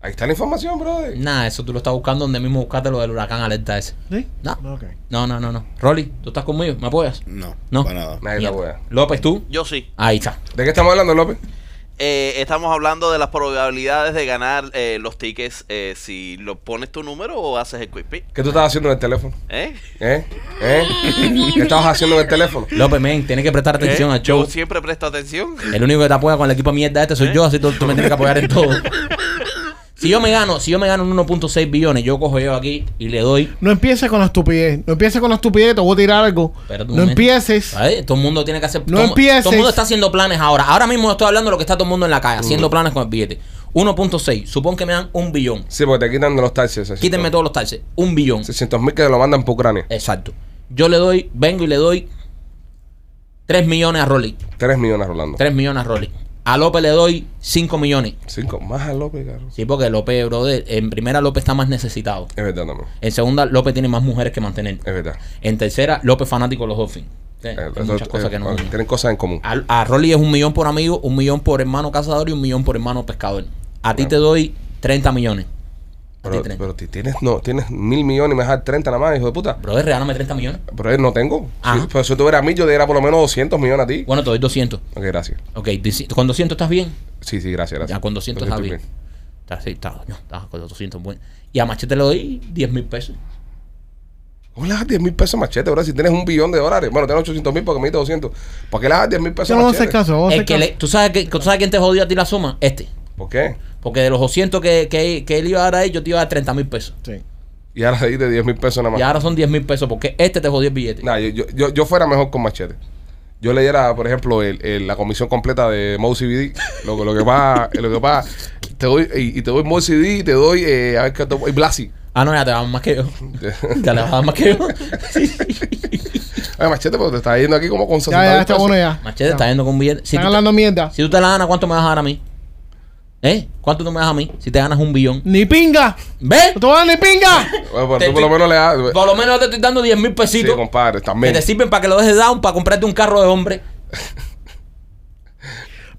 S3: Ahí está la información, brother.
S1: Nada, eso tú lo estás buscando donde mismo buscaste lo del huracán alerta ese.
S5: ¿Sí?
S1: No.
S5: Ok.
S1: No, no, no, no. Rolly, tú estás conmigo, ¿me apoyas?
S6: No,
S1: No.
S6: para nada.
S3: Nadie te
S1: Mierda.
S3: apoya.
S1: López, tú.
S4: Yo sí.
S1: Ahí está.
S3: ¿De qué estamos hablando, López?
S4: Eh, estamos hablando de las probabilidades de ganar eh, los tickets eh, si lo pones tu número o haces el quick pick.
S3: ¿Qué tú estabas haciendo en el teléfono?
S4: ¿Eh?
S3: ¿Eh? ¿Eh? ¿Qué estabas haciendo en el teléfono?
S1: López, men, tienes que prestar atención
S4: ¿Eh?
S1: al
S4: Yo Eh.
S1: show.
S4: siempre presto atención.
S1: El único que te apoya con el equipo de mierda este soy yo, así tú, tú me tienes que apoyar en todo. Si yo me gano, si yo me gano un 1.6 billones, yo cojo yo aquí y le doy.
S5: No empieces con la estupidez. No empieces con la estupidez. Te voy a tirar algo.
S1: Espérate un
S5: No
S1: momento.
S5: empieces.
S1: Ay, Todo el mundo tiene que hacer.
S5: No
S1: todo,
S5: empieces.
S1: Todo el mundo está haciendo planes ahora. Ahora mismo estoy hablando de lo que está todo el mundo en la calle,
S5: Uh.
S1: haciendo planes con el billete. 1.6, supón que me dan un billón.
S3: Sí, porque te quitan de los taxis. 600.
S1: Quítenme todos los taxes. Un billón.
S3: 600 mil que te lo mandan por Ucrania.
S1: Exacto. Yo le doy, vengo y le doy 3 millones a Rolly.
S3: 3 millones, Rolando.
S1: 3 millones a Rolly. A López le doy 5 millones.
S3: 5 más a López, caro.
S1: Sí, porque López, brother, en primera López está más necesitado.
S3: Es verdad, también.
S1: En segunda, López tiene más mujeres que mantener.
S3: Es verdad.
S1: En tercera, López fanático de los Dolphins. Sí,
S3: Eh,
S1: Eh, hay
S3: eso-
S1: muchas cosas
S3: eh,
S1: que no. Ah, unen.
S3: Tienen cosas en común.
S1: A, a Rolly es un millón por amigo, un millón por hermano cazador y un millón por hermano pescador. A ti te doy 30 millones. A ti
S3: Pero,
S1: 30.
S3: pero ti- tienes, no, tienes mil millones y me dejas 30 nada más, hijo de puta.
S1: Brother, regálame 30 millones.
S3: Pero eh, no tengo.
S1: Ajá.
S3: Sí, pero si tú eras mil, yo te diera por lo menos 200 millones a ti.
S1: Bueno, te doy 200.
S3: Ok, gracias.
S1: Ok, dici- con 200 estás bien.
S3: Sí, sí, gracias, gracias.
S1: Ya con 200 está
S3: estoy
S1: bien. Está, sí, está, no, está con 200 bueno. Y a Machete le doy 10 mil pesos.
S3: ¿Cómo le das 10 mil pesos machete, bro? Si tienes un billón de dólares. Bueno, tienes 800 mil porque me diste 200. ¿Por qué le das 10 mil pesos
S5: Yo
S3: a
S5: no voy a
S3: machete?
S5: hacer caso. no voy a
S1: El
S5: hacer
S1: que le-
S5: caso.
S1: ¿Tú, sabes que, ¿Tú sabes quién te jodió a ti la suma? Este.
S3: ¿Por qué?
S1: Porque de los 200 que, que, que él iba a dar a él, yo te iba a dar 30 mil pesos.
S5: Sí.
S3: Y ahora le diste 10 mil pesos nada más.
S1: Y ahora son 10 mil pesos porque este te jodió el billete.
S3: Nah, yo, yo, yo, yo fuera mejor con machete. Yo le diera, por ejemplo, el- el- la comisión completa de Mo CBD. Lo, que- lo que va, lo que va, te doy, y, y te doy Mo CBD y te doy, eh, a ver qué te y Blasi.
S1: Ah, no, ya te van más que yo. Ya le vas a dar más que yo.
S3: Ay, machete, pero te está yendo aquí como con 60
S5: Ya, ya, está bueno ya.
S1: Machete
S5: Ya.
S1: está yendo con billete. Si
S5: Están
S1: tú,
S5: hablando mierda.
S1: te, si tú te la ganas, ¿cuánto me vas a dar a mí? ¿Eh? ¿Cuánto tú me das a mí? Si te ganas un billón.
S5: ¡Ni pinga!
S1: ¿Ves?
S5: ¡No te voy a dar ni pinga!
S3: Bueno, pero
S1: Te
S3: tú por lo
S1: estoy-
S3: menos le das.
S1: Por lo menos yo te estoy dando 10 mil
S3: Sí,
S1: pesitos
S3: compadre,
S1: que
S3: también.
S1: te sirven para que lo dejes down para comprarte un carro de hombre.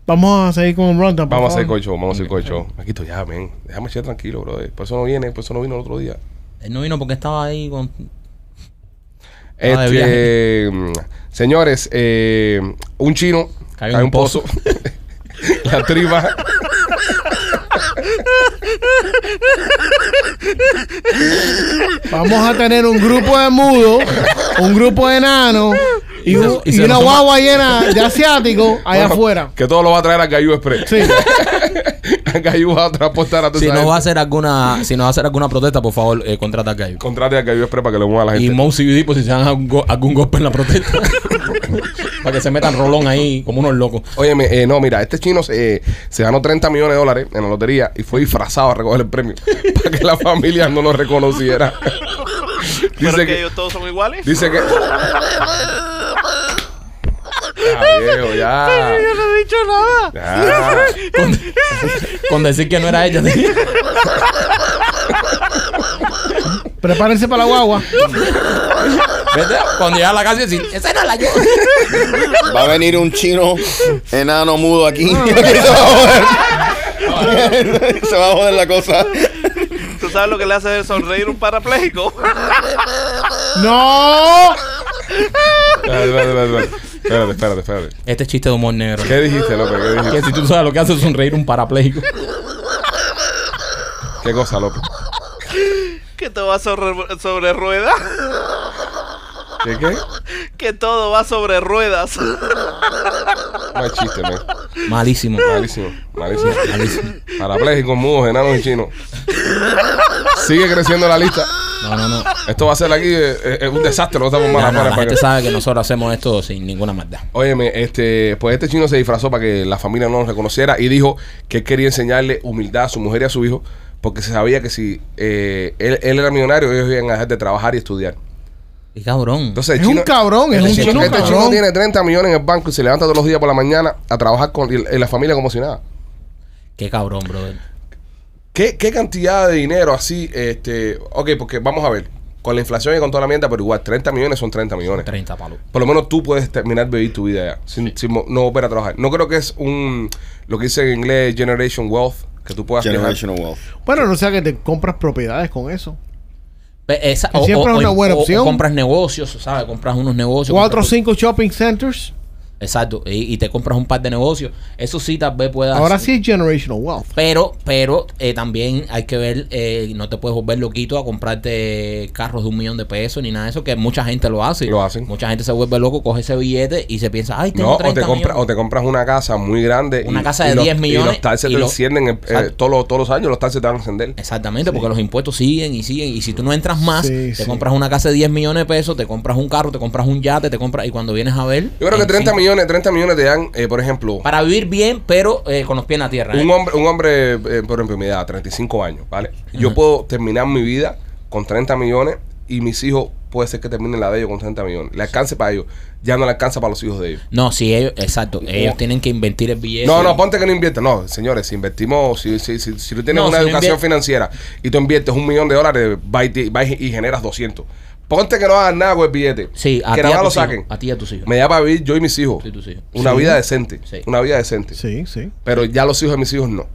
S5: Vamos a seguir con un rundown. por
S3: Vamos a hacer
S5: favor.
S3: cocho, vamos a hacer cocho. Aquí estoy ya, men. Deja machete tranquilo, bro. Por eso no viene, por eso no vino el otro día.
S1: Él no vino porque estaba ahí con. Ah,
S3: Este, mm, señores, eh, un chino
S1: Cayó
S3: cae
S1: en
S3: en
S1: un
S3: un pozo. La tripa.
S5: Vamos a tener un grupo de mudos, un grupo de enanos y,
S1: Y se-
S5: un-
S1: y
S5: y
S1: se
S5: una
S1: nos toma-
S5: guagua llena de asiáticos allá
S3: Bueno,
S5: afuera.
S3: Que todo lo va a traer a Gayú Express.
S5: Sí.
S3: a Gayú va a transportar a tu
S1: Si nos va a hacer alguna, si nos va a hacer alguna protesta, por favor, eh, contrata a Cayo.
S3: Contrate a Gayú Express para que lo mueva a la
S1: Y
S3: gente.
S1: Mousy y Dipo si se dan algún, go- algún golpe en la protesta. para que se metan rolón ahí como unos locos.
S3: Óyeme, eh, no, mira, este chino se, eh, se ganó 30 millones de dólares en la lotería y fue disfrazado a recoger el premio para que la familia no lo reconociera.
S4: Pero
S3: dice
S4: que,
S3: que,
S4: ellos todos son iguales.
S3: dice que. Ya, Ah, viejo, ya.
S5: no he dicho nada.
S3: Ya.
S1: Con, con decir que no era ella. sí.
S5: Prepárense para la guagua.
S1: Vete, Cuando llega a la casa y decir, esa no es la yo.
S6: Va a venir un chino enano mudo aquí. Se va a joder la cosa.
S4: Tú sabes lo que le hace sonreír un parapléjico.
S5: ¡No!
S3: Espérate, espérate, espérate. Espérate, espérate, espérate.
S1: Este es chiste de humor negro.
S3: ¿Qué dijiste, López? ¿Qué
S1: Que
S3: dijiste?
S1: si tú sabes lo que hace es sonreír un parapléjico.
S3: ¿Qué cosa, López?
S4: que todo va sobre, sobre ruedas.
S3: ¿Qué qué?
S4: Que todo va sobre ruedas.
S3: Mal chiste, man.
S1: Malísimo.
S3: Malísimo, malísimo. malísimo. Parapléjicos, mudos, enanos y chinos. Sigue creciendo la lista.
S1: No, no, no.
S3: Esto va a ser aquí eh, eh, eh, un desastre, no estamos
S1: No,
S3: mal.
S1: no,
S3: para-
S1: la
S3: para
S1: gente
S3: que-
S1: sabe que nosotros hacemos esto sin ninguna maldad.
S3: Óyeme, este, pues este chino se disfrazó para que la familia no lo reconociera y dijo que él quería enseñarle humildad a su mujer y a su hijo porque se sabía que si eh, él, él era millonario ellos iban a dejar de trabajar y estudiar.
S1: Y cabrón.
S3: Entonces, el
S5: Es un
S3: chino-
S5: cabrón, es un
S3: Este
S5: chino
S3: chino, este chino
S5: cabrón.
S3: tiene 30 millones en el banco y se levanta todos los días por la mañana a trabajar con y- y la familia como si nada.
S1: Qué cabrón, brother.
S3: ¿Qué, qué cantidad de dinero así? este Ok, porque vamos a ver. Con la inflación y con toda la mierda, pero igual, 30 millones son 30 millones.
S1: 30 palos.
S3: Por lo menos tú puedes terminar de vivir tu vida ya, sin, sin mo- no volver a trabajar. No creo que es un, lo que dice en inglés, generation wealth, que tú puedas viajar.
S6: Generational wealth.
S5: Bueno, no sea que te compras propiedades con eso.
S1: Pe- esa-
S5: Que siempre es una buena opción.
S1: compras negocios, ¿sabes? Compras unos negocios.
S5: Cuatro o
S1: compras-
S5: cinco shopping centers.
S1: Exacto. Y, y te compras un par de negocios. Eso sí, tal vez puedas.
S5: Ahora sí es generational wealth.
S1: Pero, pero eh, también hay que ver, eh, no te puedes volver loquito a comprarte carros de un millón de pesos ni nada de eso, que mucha gente lo hace.
S3: Lo hacen.
S1: Mucha gente se vuelve loco, coge ese billete y se piensa, ay, tengo
S3: No, o
S1: 30
S3: te, compras, o
S1: millones".
S3: te compras una casa muy grande.
S1: Una
S3: y-
S1: casa
S3: y
S1: de
S3: los-
S1: 10
S3: Y
S1: millones
S3: los taxes
S1: y
S3: te
S1: lo-
S3: encienden eh, eh, todos, los- todos los años, los taxes te van a encender.
S1: Exactamente, porque los impuestos siguen y siguen. Y si tú no entras más,
S5: Sí,
S1: te
S5: sí.
S1: compras una casa de 10 millones de pesos, te compras un carro, te compras un yate, te compras. Y cuando vienes a ver.
S3: Yo creo que
S1: en
S3: 30
S1: fin,
S3: millones, 30 millones te dan, eh, por ejemplo,
S1: Eh, Para vivir bien, pero eh, con los pies en la tierra. ¿eh?
S3: Un hombre, un hombre eh, por ejemplo, mi edad, 35 años, ¿vale? Yo
S1: Ajá.
S3: puedo terminar mi vida con 30 millones y mis hijos puede ser que terminen la de ellos con 30 millones. Le alcance para ellos, ya no le alcanza para los hijos de ellos.
S1: No, sí, ellos, exacto. Ellos tienen que invertir el billete.
S3: No, no, ponte que no inviertes. No, señores, si invertimos, si, si, si, si tú tienes
S1: No,
S3: una
S1: si no
S3: educación
S1: invier-
S3: financiera y tú inviertes un millón de dólares, vas y, te- vas y generas 200. Ponte que no hagas nada con el billete.
S1: Sí, a
S3: que
S1: ti
S3: nada más
S1: a
S3: lo
S1: tus hijos,
S3: saquen.
S1: a ti y a tus hijos.
S3: Me da para vivir yo y mis hijos.
S1: Sí, tus hijos.
S3: Una
S5: Sí.
S3: vida decente.
S1: Sí.
S3: Una vida decente.
S5: Sí, sí.
S3: Pero ya los hijos de mis hijos no.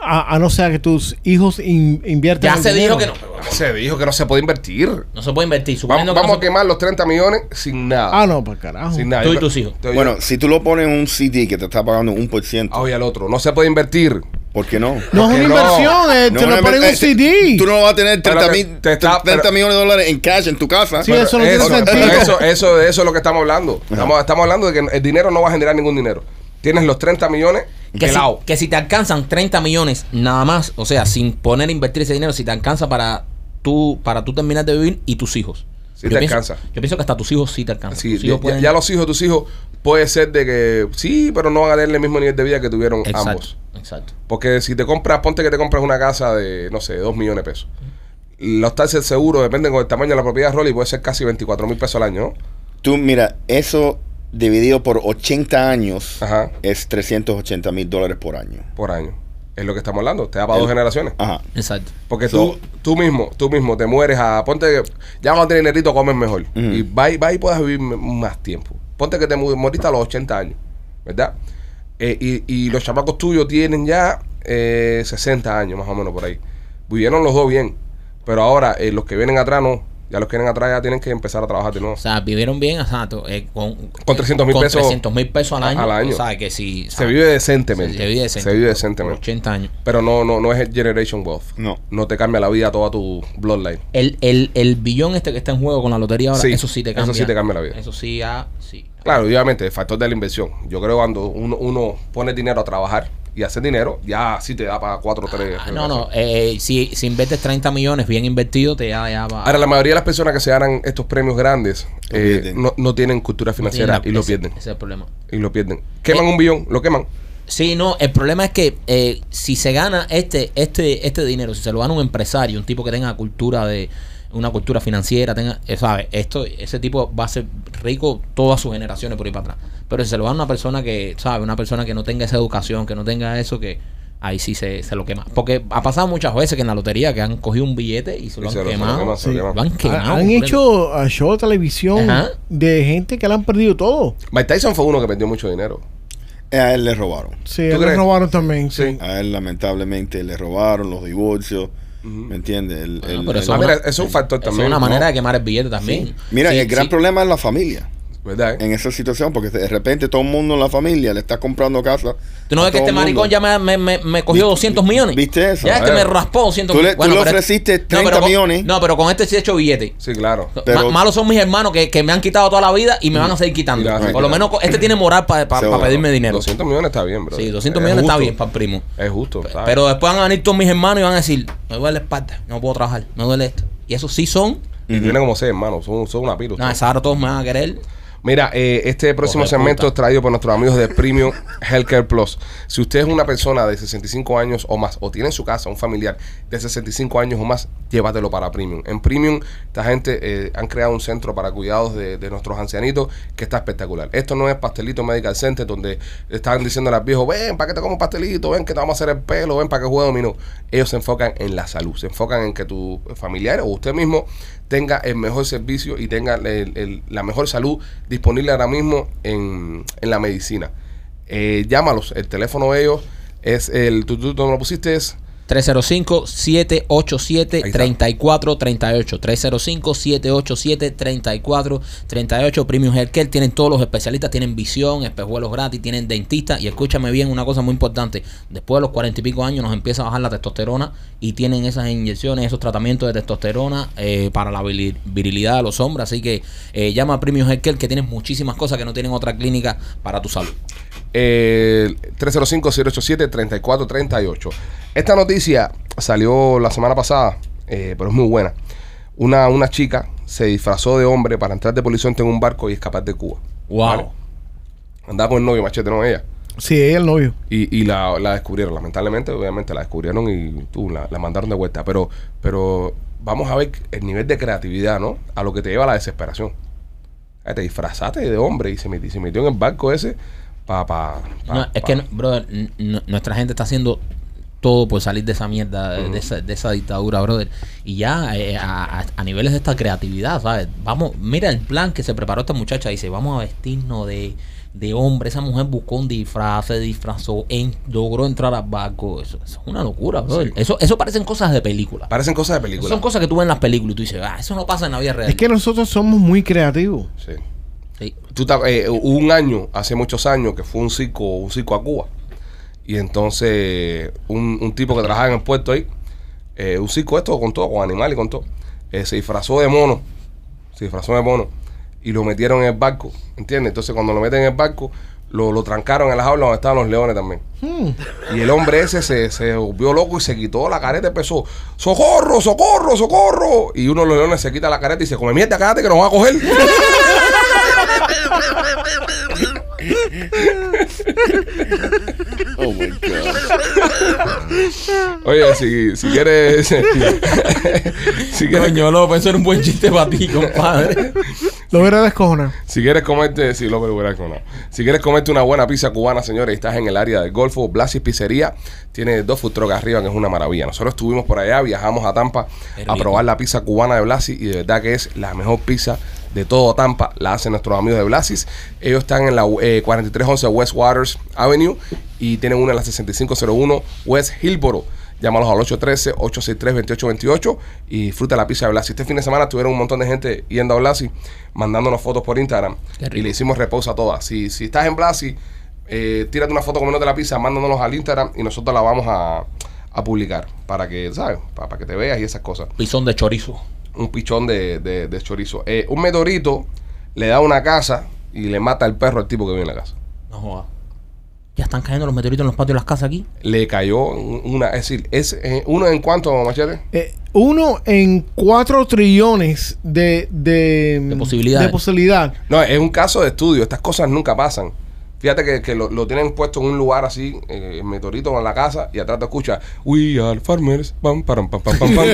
S5: A, a no sea que tus hijos in- inviertan.
S1: Ya
S5: el
S1: se
S5: dinero.
S1: dijo que no.
S3: Se dijo Este que no se puede invertir.
S1: No se puede invertir.
S3: Vamos,
S1: Suponiendo
S3: vamos a
S1: que no
S3: quemar los 30 millones sin nada.
S5: Ah, no, para carajo.
S3: sin nada.
S1: tú y
S3: Yo-
S1: tus hijos.
S3: Entonces,
S6: Bueno,
S3: yo-
S6: si tú lo pones en un CD que te está pagando un por ciento,
S3: ah, oye, al otro. No se puede invertir.
S6: ¿por qué no?
S5: No es una
S3: Porque no.
S5: inversión, eh,
S6: No,
S5: te lo
S6: no,
S5: ponen en
S6: eh,
S5: un CD.
S6: Tú no vas a tener 30,
S3: Pero te-
S6: mil-
S3: te está-
S6: 30
S3: pero-
S6: millones de dólares en cash en tu casa.
S5: Sí, eso no tiene sentido.
S3: eso, eso, de eso es lo que estamos hablando. Estamos, estamos hablando de que el dinero no va a generar ningún dinero. Tienes los 30 millones
S1: Que si,
S3: pelado.
S1: que si te alcanzan 30 millones nada más, o sea, sin poner a invertir ese dinero, si te alcanza para tú, para tú terminar de vivir y tus hijos.
S3: Sí te
S1: pienso-
S3: alcanza.
S1: Yo pienso que hasta tus hijos sí te alcanzan.
S3: Sí,
S1: Tus
S3: ya,
S1: hijos pueden-
S3: ya los hijos de tus hijos puede ser de que sí, pero no van a tener el mismo nivel de vida que tuvieron
S1: Exacto,
S3: ambos.
S1: exacto.
S3: Porque si te compras, ponte que te compras una casa de, no sé, 2 millones de pesos. Los taxes seguros dependen con el tamaño de la propiedad, Rolly, puede ser casi 24 mil pesos al año, ¿no?
S6: Tú, mira, eso dividido por 80 años
S3: Ajá.
S6: es 380 mil dólares por año.
S3: por año. Es lo que estamos hablando. Te da para
S6: El-
S3: dos generaciones.
S6: Ajá.
S1: Exacto.
S3: Porque
S6: So-
S3: tú, tú mismo, tú mismo te mueres a. Ponte que. Ya cuando tienes dinerito comes mejor.
S6: Ujú.
S3: Y va y, va y puedas vivir m- más tiempo. Ponte que te mu- moriste a los 80 años. ¿Verdad? Eh, y, y los chamacos tuyos tienen ya eh, 60 años, más o menos por ahí. Vivieron los dos bien. Pero ahora, eh, los que vienen atrás no. Ya los que vienen atrás ya tienen que empezar a trabajar de nuevo.
S1: O sea, vivieron bien, exacto. eh, con,
S3: Con 300 mil
S1: con
S3: pesos-
S1: 300 mil pesos al
S3: a-
S1: año.
S3: al año.
S1: O sea, que si.
S3: se vive decentemente.
S1: Se vive decente.
S3: Se vive
S1: por
S3: decentemente.
S1: 80 años.
S3: Pero no, no, no es el Generation Wealth.
S6: No.
S3: No te cambia la vida toda tu bloodline.
S1: El, el, el billón este que está en juego con la lotería ahora,
S3: Sí,
S1: eso sí te
S3: eso
S1: cambia.
S3: sí te cambia la vida.
S1: Eso sí, ah, sí.
S3: Claro, obviamente, el factor de la inversión. Yo creo que cuando uno, uno pone dinero a trabajar y hace dinero, ya sí te da para cuatro o tres.
S1: Ah, no, no, eh, si, si inviertes 30 millones bien invertido, te da ya va.
S3: Ahora, la mayoría de las personas que se ganan estos premios grandes
S6: Lo
S3: eh,
S6: pierden.
S3: no, no tienen cultura
S1: no tiene
S3: financiera
S1: la-
S3: y lo
S1: ese-
S3: pierden.
S1: Ese es el problema.
S3: Y lo pierden. Queman
S1: Eh.
S3: un billón, lo queman.
S1: Sí, no, el problema es que eh, si se gana este, este, este dinero, si se lo gana un empresario, un tipo que tenga cultura de, una cultura financiera, tenga, eh, ¿sabes? Esto, ese tipo va a ser rico todas sus generaciones por ahí para atrás. Pero si se lo gana una persona que, ¿sabes? Una persona que no tenga esa educación, que no tenga eso, que ahí sí se, se lo quema. Porque ha pasado muchas veces que en la lotería que han cogido un billete y se
S3: Y
S1: lo
S3: se
S1: han
S3: lo- se lo
S1: quemado.
S3: queman, se lo
S5: Sí.
S3: queman.
S1: Lo han quemado.
S5: Han
S1: completo.
S5: hecho ah, show de televisión
S1: Ajá.
S5: de gente que le han perdido todo.
S3: Mike Tyson fue uno que perdió mucho dinero.
S6: A él le robaron.
S3: ¿Tú
S5: Sí, a él
S3: crees?
S5: le robaron también. Sí.
S6: A él lamentablemente le robaron los divorcios. ¿Me entiendes? El-
S1: Bueno,
S6: el-
S1: pero
S6: el-
S1: eso
S3: Ah,
S1: es
S3: mira,
S1: una-
S3: eso es un factor
S1: eso
S3: también.
S1: es una
S3: ¿no?
S1: manera de quemar el billete también.
S6: Mira,
S1: Sí,
S6: el gran
S1: sí.
S6: problema es la familia.
S3: ¿Verdad? eh?
S6: En esa situación, porque de repente todo el mundo en la familia le está comprando casa.
S1: ¿Tú no
S6: a
S1: ves que este
S6: todo el mundo.
S1: maricón ya me, me, me, me cogió
S6: Vi-
S1: 200 millones?
S6: ¿viste eso?
S1: Ya este
S3: Claro.
S1: me raspó 200
S6: Tú le- tú le
S1: pero-
S6: ofreciste 30
S1: pero con-
S6: millones.
S1: No, pero con este sí he hecho billete.
S3: Sí, claro.
S6: Pero-
S1: Ma- malos son mis hermanos que, que me han quitado toda la vida y me van a seguir quitando.
S3: Y la vas a
S1: Por lo
S3: quitar.
S1: menos co- este tiene moral para
S6: Seguro.
S1: pedirme dinero.
S3: 200 millones está bien, bro.
S1: sí, 200
S3: Es
S1: millones está
S3: justo.
S1: bien para el primo.
S3: Es justo. está
S1: Pero después van a venir todos mis hermanos y van a decir, me duele la espalda, no puedo trabajar, me duele esto. Y esos sí son.
S3: bien. Y viene como seis, hermano. Son, son una pila.
S1: No,
S3: ustedes.
S1: esa ahora todos me van a querer.
S3: Mira, eh, este próximo
S1: Coge
S3: segmento
S1: puta.
S3: es traído por nuestros amigos de Premium Healthcare Plus. Si usted es una persona de 65 años o más, o tiene en su casa un familiar de 65 años o más, llévatelo para Premium. En Premium, esta gente eh, han creado un centro para cuidados de, de nuestros ancianitos que está espectacular. Esto no es pastelito medical center donde están diciendo a las viejas, ven, para que te como pastelito, ven, que te vamos a hacer el pelo, ven, para que juegue dominó. Ellos se enfocan en la salud, se enfocan en que tu familiar o usted mismo tenga el mejor servicio y tenga el- el- la mejor salud disponible ahora mismo en, en la medicina. Eh, llámalos, el teléfono de ellos es el. ¿Tú, tú, tú me lo pusiste? Es
S1: 305-787-3438. 305-787-3438. Premium Healthcare. Tienen todos los especialistas. Tienen visión, espejuelos gratis, tienen dentista. Y escúchame bien una cosa muy importante. Después de los cuarenta y pico años nos empieza a bajar la testosterona y tienen esas inyecciones, esos tratamientos de testosterona eh, para la vili- virilidad de los hombres. Así que eh, llama a Premium Healthcare que tienes muchísimas cosas que no tienen otra clínica para tu salud.
S3: eh, 305-087-3438. Esta noticia salió la semana pasada, eh, pero es muy buena. Una, una chica se disfrazó de hombre para entrar de polizonte en un barco y escapar de Cuba.
S1: Wow.
S3: ¿Vale? Andaba con el novio, machete, no ella.
S5: Sí, ella es el novio.
S3: Y, y la, la descubrieron, lamentablemente, obviamente la descubrieron y tú, la, la mandaron de vuelta. Pero, pero vamos a ver el nivel de creatividad, ¿no? A lo que te lleva la desesperación. Ah, Te disfrazaste de hombre y se metió, se metió en el barco ese para... Pa, pa-
S1: No, es
S3: pa-
S1: que, no- brother, n- n- nuestra gente está haciendo todo por salir de esa mierda, de, esa, de esa dictadura, brother. Y ya eh, a, a- a niveles de esta creatividad, ¿sabes? Vamos, mira el plan que se preparó esta muchacha. Dice, vamos a vestirnos de, de hombre. Esa mujer buscó un disfraz, se disfrazó, en- logró entrar al barco. Eso, eso es una locura, brother. Eso, eso parecen cosas de película.
S3: Parecen cosas de
S1: Eso
S3: película.
S1: Son cosas que tú ves en las películas y tú dices, ah, eso no pasa en la vida real.
S5: Es que nosotros somos muy creativos.
S3: Sí.
S1: Sí.
S3: Tú ta- eh, hubo un año, hace muchos años, que fue un circo, un circo a Cuba. Y entonces un, un tipo que trabajaba en el puerto ahí, eh, un circo esto con todo, con animales y con todo, eh, se disfrazó de mono. Se disfrazó de mono. Y lo metieron en el barco, ¿entiendes? Entonces cuando lo meten en el barco, lo, lo trancaron en las jaula donde estaban los leones también. Y el hombre ese se, se volvió loco y se quitó la careta y empezó, ¡socorro, socorro, socorro! Y uno de los leones se quita la careta y dice, come mierda, cállate que nos va a coger.
S6: Oh my God.
S3: Oye, si, si quieres. si, quieres
S1: Coño, López, eso era un buen chiste para ti, compadre.
S5: Lo hubiera descojonado.
S3: Si quieres comerte, sí, lo hubiera con Si quieres comerte una buena pizza cubana, señores, estás en el área del Golfo, Blasi Pizzería, tiene dos food trucks arriba, que es una maravilla. Nosotros estuvimos por allá, viajamos a Tampa
S1: Qué
S3: a
S1: rico.
S3: probar la pizza cubana de Blasi y de verdad que es la mejor pizza de todo Tampa, la hacen nuestros amigos de Blasis. Ellos están en la eh, 4311 West Waters Avenue y tienen una en la 6501 West Hillboro. Llámalos al 813-863-2828 y disfruta la pizza de Blasi. Este fin de semana tuvieron un montón de gente yendo a Blasi, mandándonos fotos por Instagram
S1: Qué rico.
S3: y le hicimos reposo a todas. Si, si estás en Blasi, eh, tírate una foto comiéndote la pizza, mándanos al Instagram y nosotros la vamos a, a publicar para que, ¿sabes? Pa- para que te veas y esas cosas
S1: Pisón de chorizo.
S3: un pichón de, de- de chorizo. Eh, un meteorito le da una casa y le mata al perro al tipo que vive en la casa.
S1: No jodas. Ya están cayendo los meteoritos en los patios de las casas aquí.
S3: Le cayó un- una, es decir, es eh, uno en cuanto, machete.
S5: Eh, uno en cuatro trillones de, de,
S1: De posibilidades.
S5: de posibilidad.
S3: No, es un caso de estudio, estas cosas nunca pasan. Fíjate que, que lo, lo tienen puesto en un lugar así, eh, el meteorito en la casa, y atrás te escucha, We are farmers, pam, param, pam, pam, pam, pam.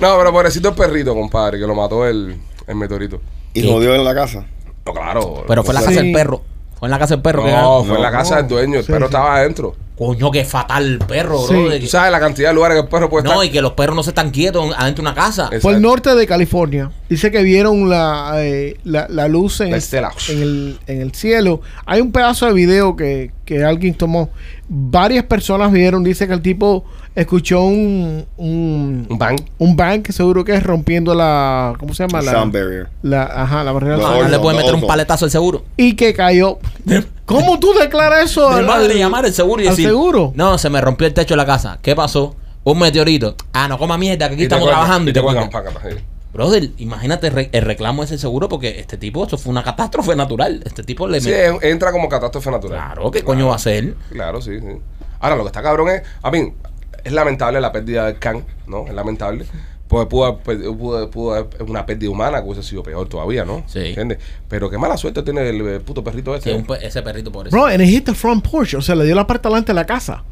S3: no, pero pobrecito el perrito, compadre, que lo mató el, el meteorito.
S6: Y
S1: ¿Qué?
S6: jodió en la casa.
S3: No, claro.
S1: Pero fue en la
S3: cosa-
S1: casa
S5: Sí.
S1: del perro. Fue en la casa del perro que
S3: No,
S1: ganó.
S3: fue en la
S6: No,
S3: casa
S6: no.
S3: del dueño, el
S5: Sí,
S3: perro
S5: sí.
S3: estaba adentro.
S1: Coño, qué fatal perro,
S5: Sí.
S1: bro. de
S3: Tú
S1: que-
S3: sabes la cantidad de lugares que el perro puede
S1: No,
S3: estar.
S1: y que los perros no se están quietos adentro de una casa.
S3: Es-
S5: Fue al
S3: Exacto.
S5: norte de California. Dice que vieron la, eh, la, la luz en,
S3: La
S5: el-
S3: estela.
S5: en el, en el cielo. Hay un pedazo de video que, que alguien tomó. Varias personas vieron. Dice que el tipo escuchó un,
S3: Un
S5: un,
S3: pan.
S5: un bang que seguro que es rompiendo la... ¿Cómo se llama? La,
S6: Sound barrier.
S5: la, ajá, la barrera.
S1: Ah,
S6: No,
S5: sound
S1: no
S6: Ojo,
S1: le puede
S6: no,
S1: meter un
S6: ojo.
S1: paletazo al seguro.
S5: y que cayó. ¿Cómo tú declaras eso?
S1: Mi
S5: al-
S1: madre
S5: al-
S1: llamar al seguro y
S5: ¿Al
S1: decir,
S5: seguro?
S1: No, se me rompió el techo de la casa. ¿Qué pasó? Un meteorito. Ah, no coma mierda, que aquí
S3: Y te
S1: estamos
S3: cuelgan-
S1: trabajando.
S3: Y te cuelgan
S1: cuelgan.
S3: paca, sí.
S1: Brother, imagínate el re- el reclamo de ese seguro porque este tipo, esto fue una catástrofe natural. Este tipo le...
S3: Sí, en-
S1: metió
S3: entra como catástrofe natural.
S1: Claro, ¿qué coño va a hacer?
S3: Claro, sí, sí. Ahora, lo que está cabrón es, a mí, es lamentable la pérdida del can, ¿no? Es lamentable. Pues pudo, haber perdi- pudo, haber- pudo haber- es una pérdida humana que hubiese sido peor todavía, ¿no?
S1: Sí.
S3: ¿Entiendes? Pero qué mala suerte tiene el, eh, puto perrito
S1: Sí,
S3: este.
S1: un pe- ese perrito por eso.
S5: Bro, and it hit the front porch. O sea, le dio la parte delante de la casa.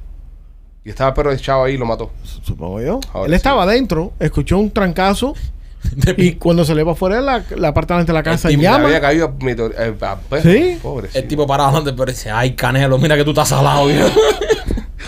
S3: Y estaba el perro echado ahí y lo mató.
S5: Supongo yo.
S3: Ahora
S5: Él
S3: sí.
S5: estaba adentro, escuchó un trancazo y cuando se le va afuera la, la parte delante de la casa
S1: tipo
S3: Le había
S5: llama.
S3: caído meteor- eh, a perro.
S5: Sí.
S3: Pobre.
S1: el tipo parado adelante pero dice, ay, canelo, mira que tú estás salado, viejo".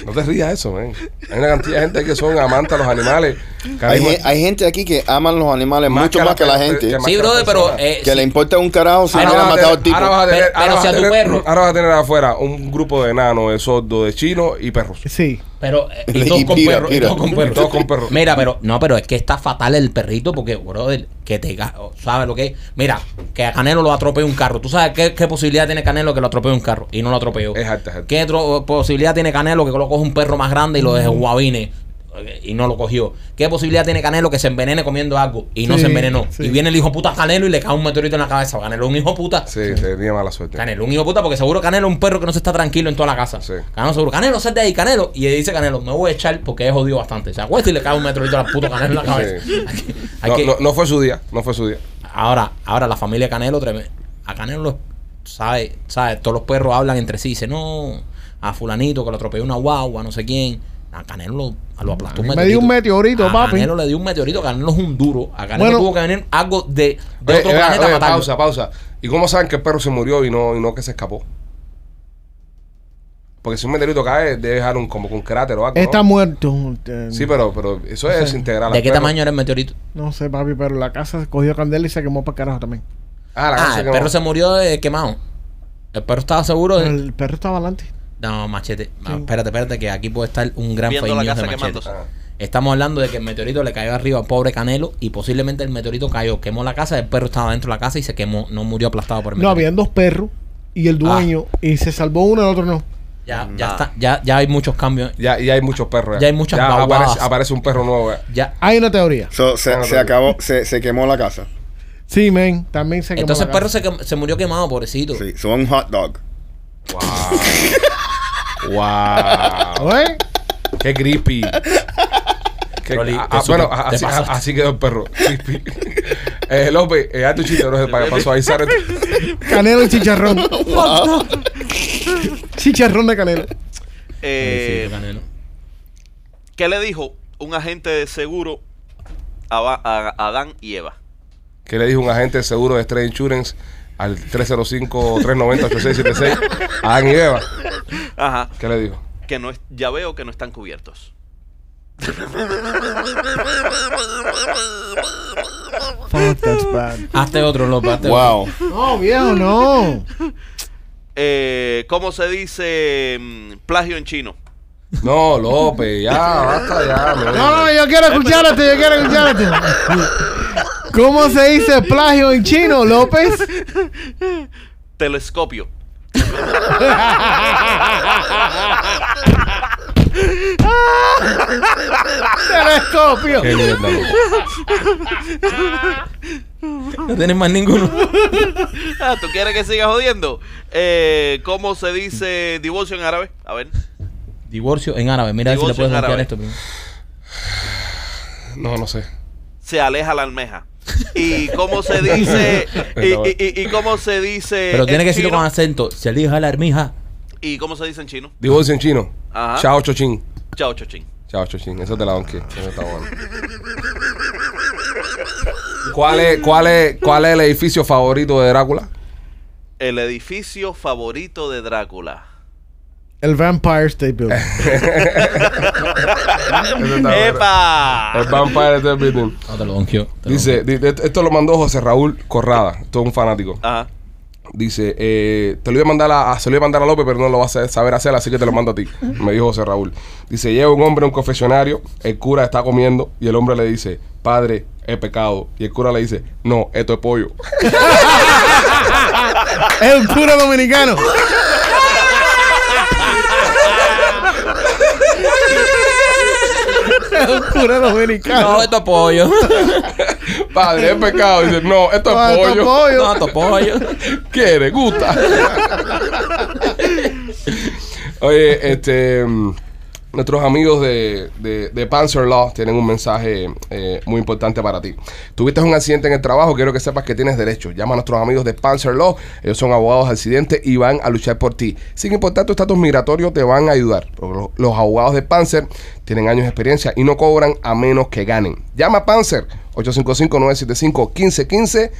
S3: No te rías de eso, man. Hay una cantidad de gente que son amantes a los animales.
S6: Hay, gen- hay gente aquí que aman los animales mucho más que la gente.
S3: que-
S6: Que,
S3: más
S1: sí,
S3: que la
S1: brother, pero...
S3: persona.
S1: eh, sí.
S6: le importa un carajo si
S3: Ahora
S6: hubiera
S3: vas a tener-
S6: matado al tipo.
S3: Ahora vas a tener,
S1: Pero- pero
S3: ahora vas
S1: si
S3: a
S1: a tu
S3: tener-
S1: perro.
S3: ahora vas a tener afuera un grupo de enanos, de sordos, de chinos y perros.
S5: Sí.
S1: Pero, eh, y
S6: Y
S1: todos con
S6: pira,
S1: perro, y
S6: pira.
S1: todos con perro.
S3: Todos con perro.
S1: Mira, pero, no, pero es que está fatal el perrito porque, brother, que te ga- o, ¿sabes lo que es? Mira, que a Canelo lo atropee un carro. ¿Tú sabes qué, qué posibilidad tiene Canelo que lo atropee un carro y no lo atropelló?
S3: Es alta, es alta.
S1: ¿Qué tro- posibilidad tiene Canelo que lo coja un perro más grande y lo
S3: Mm.
S1: deje guabine? eh, Y no lo cogió. ¿Qué posibilidad tiene Canelo que se envenene comiendo algo y no
S5: Sí,
S1: se envenenó?
S5: sí.
S1: Y viene el hijo puta Canelo y le cae un meteorito en la cabeza. Canelo es un hijo puta.
S3: Sí, tenía mala suerte.
S1: Canelo, un hijo puta, porque seguro Canelo es un perro que no se está tranquilo en toda la casa.
S3: Sí.
S1: Canelo seguro, Canelo, sal de ahí, Canelo. Y le dice Canelo, me voy a echar porque he jodido bastante. Se acuesta y le cae un metrolito al puto Canelo en la cabeza.
S3: Sí.
S1: Hay que- hay
S3: No,
S1: que-
S3: no- no fue su día, no fue su día.
S1: Ahora, ahora la familia Canelo, treme- a Canelo lo- sabe, sabe, todos los perros hablan entre sí, dice, no, a fulanito que lo atropelló una guagua, no sé quién. A Canelo lo, lo aplastó
S5: A mí me dio un meteorito,
S1: a
S5: papi.
S1: Canelo le dio un meteorito, Canelo es un duro. A Canelo
S5: Bueno.
S1: tuvo que venir algo de, de
S3: Oye,
S1: otro
S3: oye,
S1: planeta
S3: Eh, oye,
S1: a matarlo.
S3: pausa, pausa. ¿Y cómo saben que el perro se murió y no, y no que se escapó? Porque si un meteorito cae, debe dejar un, como que un cráter o algo. Ah, ¿no?
S5: Está muerto. Eh,
S3: Sí, pero, pero eso es integral.
S1: ¿De qué tamaño era el meteorito?
S5: No sé, papi, pero la casa cogió candela y se quemó para carajo también.
S3: Ah, la
S1: Ah, el perro se murió de quemado. El perro estaba seguro de...
S5: El perro estaba adelante.
S1: No, machete. Ah, espérate, espérate, que aquí puede estar un gran
S4: Viendo la
S1: fake news
S4: casa
S1: de machete.
S3: Ah.
S4: quemándose.
S1: Estamos hablando de que el meteorito le cayó arriba al pobre Canelo y posiblemente el meteorito cayó, quemó la casa, el perro estaba dentro de la casa y se quemó, no murió aplastado por el
S5: No,
S1: meteorito.
S5: habían dos perros y
S3: Ah.
S5: el dueño y se salvó uno, el otro no.
S1: Ya, ya, está, ya, ya hay muchos cambios.
S3: Ya, y hay muchos perros.
S1: Ya hay muchas guaguadas.
S3: aparece, aparece un perro nuevo. eh.
S1: Ya.
S5: Hay una teoría.
S6: So, se,
S3: No, no,
S6: se
S3: no.
S6: acabó, se, se quemó la casa.
S5: Sí, men, también se quemó.
S1: Entonces
S5: la
S1: el perro
S5: casa.
S1: se, quem- se murió quemado, pobrecito.
S6: Sí, son un hot dog.
S3: Wow.
S5: ¿Oye?
S3: Qué creepy. Qué-
S1: Broly,
S3: ah,
S1: te
S3: ah,
S1: super-
S3: bueno,
S1: te
S3: ah, así,
S1: pasaste.
S3: ah, así quedó el perro. Creepy. eh, López, eh, haz tu chiste, no sé para qué pasó ahí, Sárate.
S5: Canelo y chicharrón. chicharrón de canelo.
S4: Eh,
S1: Pobrecito Canelo.
S4: ¿Qué le dijo un agente de seguro Ava- a- Adán y Eva.
S3: ¿Qué le dijo un agente de seguro de Stray Insurance al 305-390-8676? A Adán y Eva.
S4: Ajá.
S3: ¿Qué le dijo?
S4: Que no es, ya veo que no están cubiertos.
S5: Fuck, that's bad.
S1: Hazte otro, López. hazte otro.
S6: Wow.
S5: No, viejo, no.
S4: Eh, ¿Cómo se dice mm, plagio en chino?
S3: No, López, ya, Ah, basta, ya. me voy.
S5: No, no, yo quiero escucharte, yo quiero escucharte. ¿Cómo se dice plagio en chino, López?
S4: Telescopio.
S5: Telescopio.
S3: Qué mierda, López.
S1: No tienes más ninguno.
S4: Ah, ¿Tú quieres que siga jodiendo? Eh, ¿Cómo se dice divorcio en árabe? A ver.
S1: Divorcio en árabe. Mira a ver si le
S4: Divorcio
S1: puedes
S4: en
S1: bloquear
S4: árabe. Eh,
S1: esto. primo.
S3: No, no sé.
S4: Se aleja la almeja. ¿Y cómo se dice? ¿Y, y- y- y cómo se dice?
S1: Pero
S4: en
S1: tiene que decirlo
S4: chino?
S1: con acento. Se elija la hermija.
S4: ¿Y cómo se dice en chino?
S3: Divorcio en chino.
S4: Ajá.
S3: Chao, chochín.
S4: Chao, chochín.
S3: Chao, chochín. Eso es de la donkey. Eso está bueno. ¿Cuál es, cuál, es, ¿Cuál es el edificio favorito de Drácula?
S4: El edificio favorito de Drácula.
S5: El Vampire State Building.
S3: Ah, El
S4: ¡Epa!
S3: Vampire State Building.
S1: No Ah. te lo donquio.
S3: Dice, di- de- esto lo mandó José Raúl Corrada, todo un fanático.
S4: Ajá.
S3: Dice, eh, te lo iba a mandar a, a- se lo iba a mandar a López, pero no lo vas a saber hacer, así que te lo mando a ti. Me dijo José Raúl. Dice, llega un hombre a un confesionario, el cura está comiendo y el hombre le dice, padre, he pecado. Y el cura le dice, no, esto es pollo.
S5: Es un cura dominicano. Es un cura dominicano.
S1: No, esto es pollo.
S3: padre, he pecado. Dice, no, esto
S5: No,
S3: es
S5: esto es
S3: pollo.
S5: pollo.
S1: No, esto es pollo.
S3: Quiere, gusta. Oye, este. mm, Nuestros amigos de, de, de Panzer Law tienen un mensaje eh, muy importante para ti. Tuviste un accidente en el trabajo, quiero que sepas que tienes derecho. Llama a nuestros amigos de Panzer Law, ellos son abogados de accidentes y van a luchar por ti. Sin importar tu estatus migratorio, te van a ayudar. Porque Los, los abogados de Panzer tienen años de experiencia y no cobran a menos que ganen. Llama a Panzer 855-975-1515.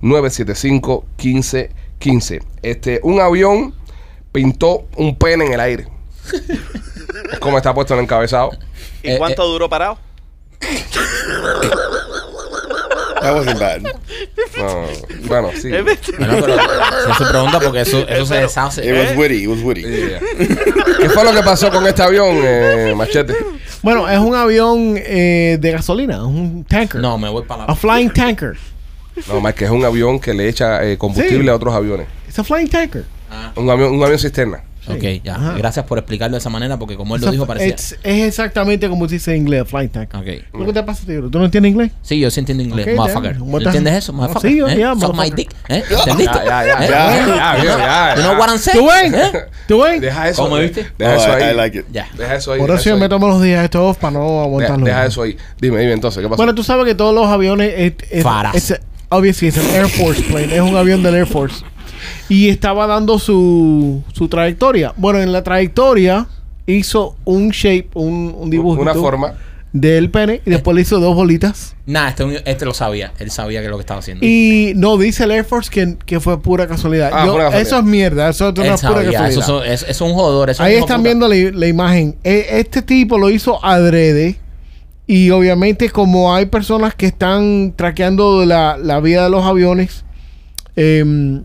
S3: 855-975-1515. Este, un avión pintó un pene en el aire. es como está puesto en el encabezado.
S4: ¿Y
S1: Eh,
S4: cuánto duró parado?
S6: That wasn't bad.
S3: No, bueno, sí.
S1: Bueno, pero se hace pregunta porque eso, eso se
S6: It
S1: deshace.
S6: was witty. It was witty.
S3: Yeah. Eh, ¿Qué fue lo que pasó con este avión, eh, Machete?
S5: Bueno, es un avión eh, de gasolina, es un tanker.
S1: No, me voy para
S5: A
S1: la.
S5: flying tanker.
S3: No, más que es un avión que le echa eh, combustible
S5: Sí.
S3: a otros aviones.
S5: Es a flying tanker.
S3: Un avión, un avión cisterna.
S1: Ok, ya.
S5: Ajá.
S1: Gracias por explicarlo de esa manera porque como él lo
S5: Es-
S1: dijo parecía.
S5: Ah. Es, es exactamente como se dice en inglés, flying tanker.
S1: Ok.
S5: ¿Lo que te pasa, tío? ¿Tú no entiendes inglés?
S1: Sí, yo sí entiendo inglés,
S5: Ok,
S1: motherfucker.
S5: then,
S1: ¿Tú
S5: what the-
S1: ¿Entiendes eso,
S5: No,
S1: motherfucker?
S5: sí, yo-
S1: ¿Eh?
S5: yeah,
S1: Suck my
S5: motherfucker.
S1: dick. ¿Eh? ¿Entendiste?
S3: Ya, ya,
S1: ¿Eh?
S3: ya,
S1: ¿Eh?
S3: ya, ya, ya,
S1: You know
S3: ya.
S1: what I'm saying?
S5: ¿Tú ves?
S1: ¿Eh?
S5: ¿Tú ves?
S3: Deja eso.
S1: ¿Cómo
S3: eh,
S1: viste?
S3: Deja
S6: Oh,
S3: eso ahí.
S6: I, I like it.
S1: Ya.
S3: Deja eso ahí.
S5: Por
S3: deja
S5: eso yo
S3: ahí.
S5: me tomo los días estos off para no
S3: Deja,
S5: aguantarlo.
S3: deja eso ahí. Dime, dime entonces, ¿qué pasó?
S5: Bueno, tú sabes que todos los aviones. Es, es-
S1: Faras.
S5: es- obviously, es un Air Force plane. Es un avión del Air Force. Y estaba dando su, su trayectoria. Bueno, en la trayectoria hizo un shape, un, un dibujo.
S3: Una forma.
S5: Del pene. Y después le hizo dos bolitas.
S1: Nah, este, este lo sabía. Él sabía que lo que estaba haciendo.
S5: Y no, dice el Air Force que, que fue pura casualidad.
S3: Ah,
S5: Yo-
S3: pura casualidad.
S5: Eso es mierda. Eso es
S1: él
S5: una pura
S1: sabía.
S5: casualidad.
S1: Eso, son- es, es un jodedor. eso es
S5: Ahí
S1: un hijo
S5: están
S1: puta.
S5: viendo la, la imagen. E- Este tipo lo hizo adrede. Y obviamente, como hay personas que están traqueando la, la vida de los aviones, em,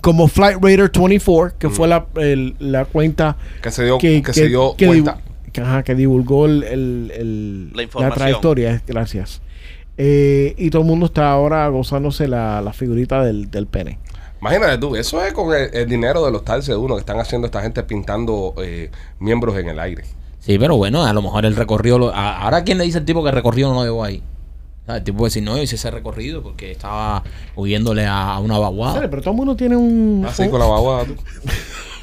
S5: como Flight Radar 24, que fue la, el- la cuenta
S3: Que se dio,
S5: que,
S3: que se dio
S5: que
S3: cuenta.
S5: divu- que, ajá, que divulgó el, el- el-
S4: La información.
S5: trayectoria. Gracias. Eh, y todo el mundo está ahora gozándose la, la figurita del, del pene.
S3: Imagínate tú, eso es con el, el dinero de los talces de uno que están haciendo esta gente pintando eh, miembros en el aire.
S1: Sí, pero bueno, a lo mejor él recorrió. Lo, a- ahora, ¿quién le dice al tipo que el recorrido no lo llevó ahí? Ah, El tipo puede decir, no, yo hice ese recorrido porque estaba huyéndole a, a una
S5: Sale,
S1: vaguada.
S5: Pero todo el mundo tiene un.
S3: Así
S5: un-
S3: con la babada tú.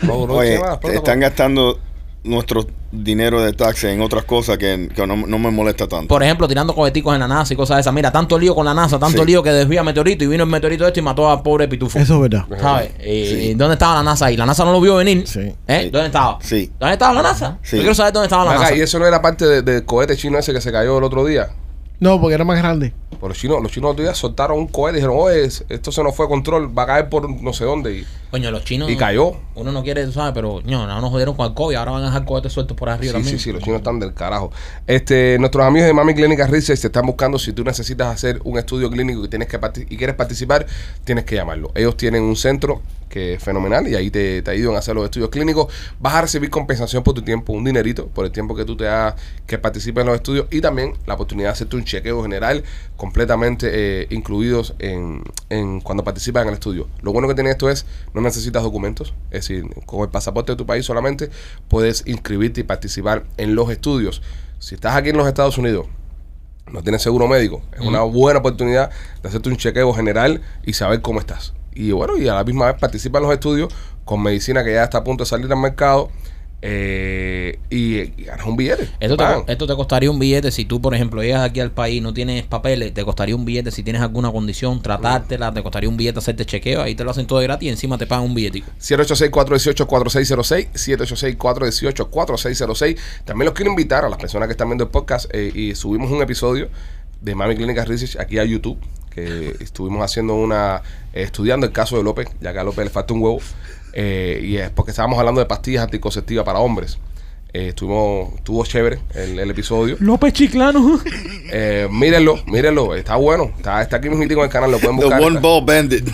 S3: No, no,
S6: Oye,
S3: ¿qué más? Pronto,
S6: están
S3: con-
S6: gastando nuestro dinero de taxes en otras cosas que, que no, no me molesta tanto.
S1: Por ejemplo, tirando coheticos en la NASA y cosas de esas. Mira, tanto lío con la NASA, tanto
S6: Sí.
S1: lío que desvía meteorito y vino el meteorito este y mató a pobre Pitufo.
S5: Eso es verdad.
S1: ¿Sabes? Y- y ¿Dónde estaba la NASA ahí? La NASA no lo vio venir.
S5: Sí.
S1: ¿Eh?
S6: Sí.
S1: ¿Dónde estaba?
S6: Sí.
S1: ¿Dónde estaba la NASA?
S6: Sí.
S1: Yo quiero saber dónde estaba la
S3: Acá,
S1: NASA.
S3: y eso no era parte de- del cohete chino ese que se cayó el otro día.
S5: No, porque era más grande.
S3: Por los chinos, los chinos el otro día soltaron un cohete y dijeron, oye, es- esto se nos fue a control, va a caer por no sé dónde. Y,
S1: Coño, los chinos.
S3: y cayó.
S1: Uno no quiere, tú ¿sabes? Pero no, no nos jodieron con el COVID. Ahora van a dejar cohetes sueltos por arriba
S3: Sí,
S1: también.
S3: sí, sí, los chinos están del carajo. Este, nuestros amigos de Mami Clínica Research te están buscando si tú necesitas hacer un estudio clínico y tienes que parti- y quieres participar, tienes que llamarlo. Ellos tienen un centro que es fenomenal y ahí te, te ayudan a hacer los estudios clínicos. Vas a recibir compensación por tu tiempo, un dinerito por el tiempo que tú te hagas que participes en los estudios y también la oportunidad de hacerte un chequeo general completamente eh, incluidos en, en cuando participas en el estudio. Lo bueno que tiene esto es no necesitas documentos, es decir, con el pasaporte de tu país solamente puedes inscribirte y participar en los estudios. Si estás aquí en los Estados Unidos, no tienes seguro médico, es una buena oportunidad de hacerte un chequeo general y saber cómo estás. Y bueno, y a la misma vez participa en los estudios con medicina que ya está a punto de salir al mercado eh, y, y ganas un billete.
S1: Esto te,
S3: Pagan.
S1: esto te costaría un billete si tú, por ejemplo, llegas aquí al país y no tienes papeles. Te costaría un billete si tienes alguna condición, tratártela. Te costaría un billete hacerte chequeo. Ahí te lo hacen todo de gratis y encima te pagan un billetico.
S3: 786-418-4606, 786-418-4606. También los quiero invitar a las personas que están viendo el podcast eh, y subimos un episodio de Mami Clínica Research aquí a YouTube, que estuvimos haciendo una, eh, estudiando el caso de López, ya que a López le falta un huevo, eh, y es porque estábamos hablando de pastillas anticonceptivas para hombres. Eh, estuvimos, estuvo chévere el, el episodio.
S1: López Chiclano.
S3: Eh, mírenlo, mírenlo, está bueno, está, está aquí mismo en el canal, lo pueden
S6: The
S3: buscar. Este,
S6: One Ball Bandit.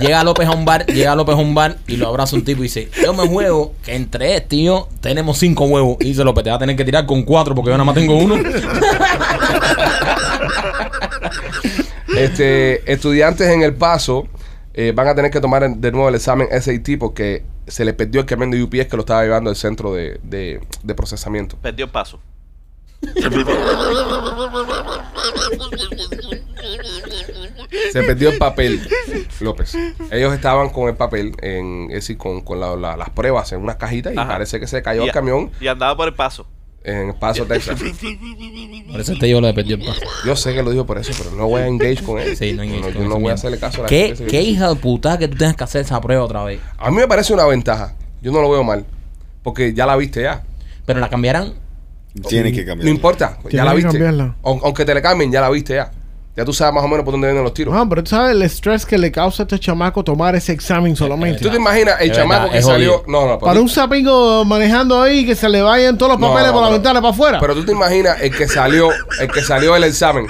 S1: Llega López a un bar, llega López a un bar y lo abraza un tipo y dice, yo me juego que entre este y yo tenemos cinco huevos. Y dice López, te va a tener que tirar con cuatro porque yo nada más tengo uno.
S3: Este, estudiantes en El Paso eh, van a tener que tomar de nuevo el examen SAT porque se le perdió el camión de UPS que lo estaba llevando al centro de, de- de procesamiento.
S4: Perdió el paso.
S3: Se perdió el papel, López. Ellos estaban con el papel, en, es decir, con, con la- la- las pruebas en unas cajitas y
S4: Ajá.
S3: parece que se cayó
S4: Y
S3: el
S4: a-
S3: camión
S4: Y andaba por el paso.
S3: en El Paso, Texas.
S1: Por eso este yo lo perdí el paso.
S3: Yo sé que lo dijo por eso, pero no voy a engage con él.
S1: Sí, no engage
S3: yo
S1: con
S3: no
S1: ese
S3: voy a
S1: mierda.
S3: hacerle caso a la
S1: ¿Qué,
S3: gente que
S1: qué
S3: dice-
S1: hija de puta que tú tengas que hacer esa prueba otra vez?
S3: A mí me parece una ventaja. Yo no lo veo mal. Porque ya la viste ya.
S1: Pero la cambiarán.
S6: Tienes que cambiar.
S3: No importa, ya
S5: Tienes
S3: la
S5: que
S3: viste.
S5: cambiarla.
S3: Aun- Aunque te le cambien, ya la viste ya. Ya tú sabes más o menos por dónde vienen los tiros.
S5: Ah, pero tú sabes el estrés que le causa a este chamaco tomar ese examen solamente.
S3: Eh, ¿Tú te imaginas el
S1: Es
S3: chamaco
S1: verdad,
S3: que
S1: es
S3: salió?
S1: jodido.
S3: No, no, pero
S5: Para
S3: tú-
S5: un sapingo manejando ahí que se le vayan todos los
S3: No,
S5: papeles
S3: no,
S5: por la
S3: pero-
S5: ventana para afuera.
S3: Pero tú te imaginas el que salió, el que salió del examen.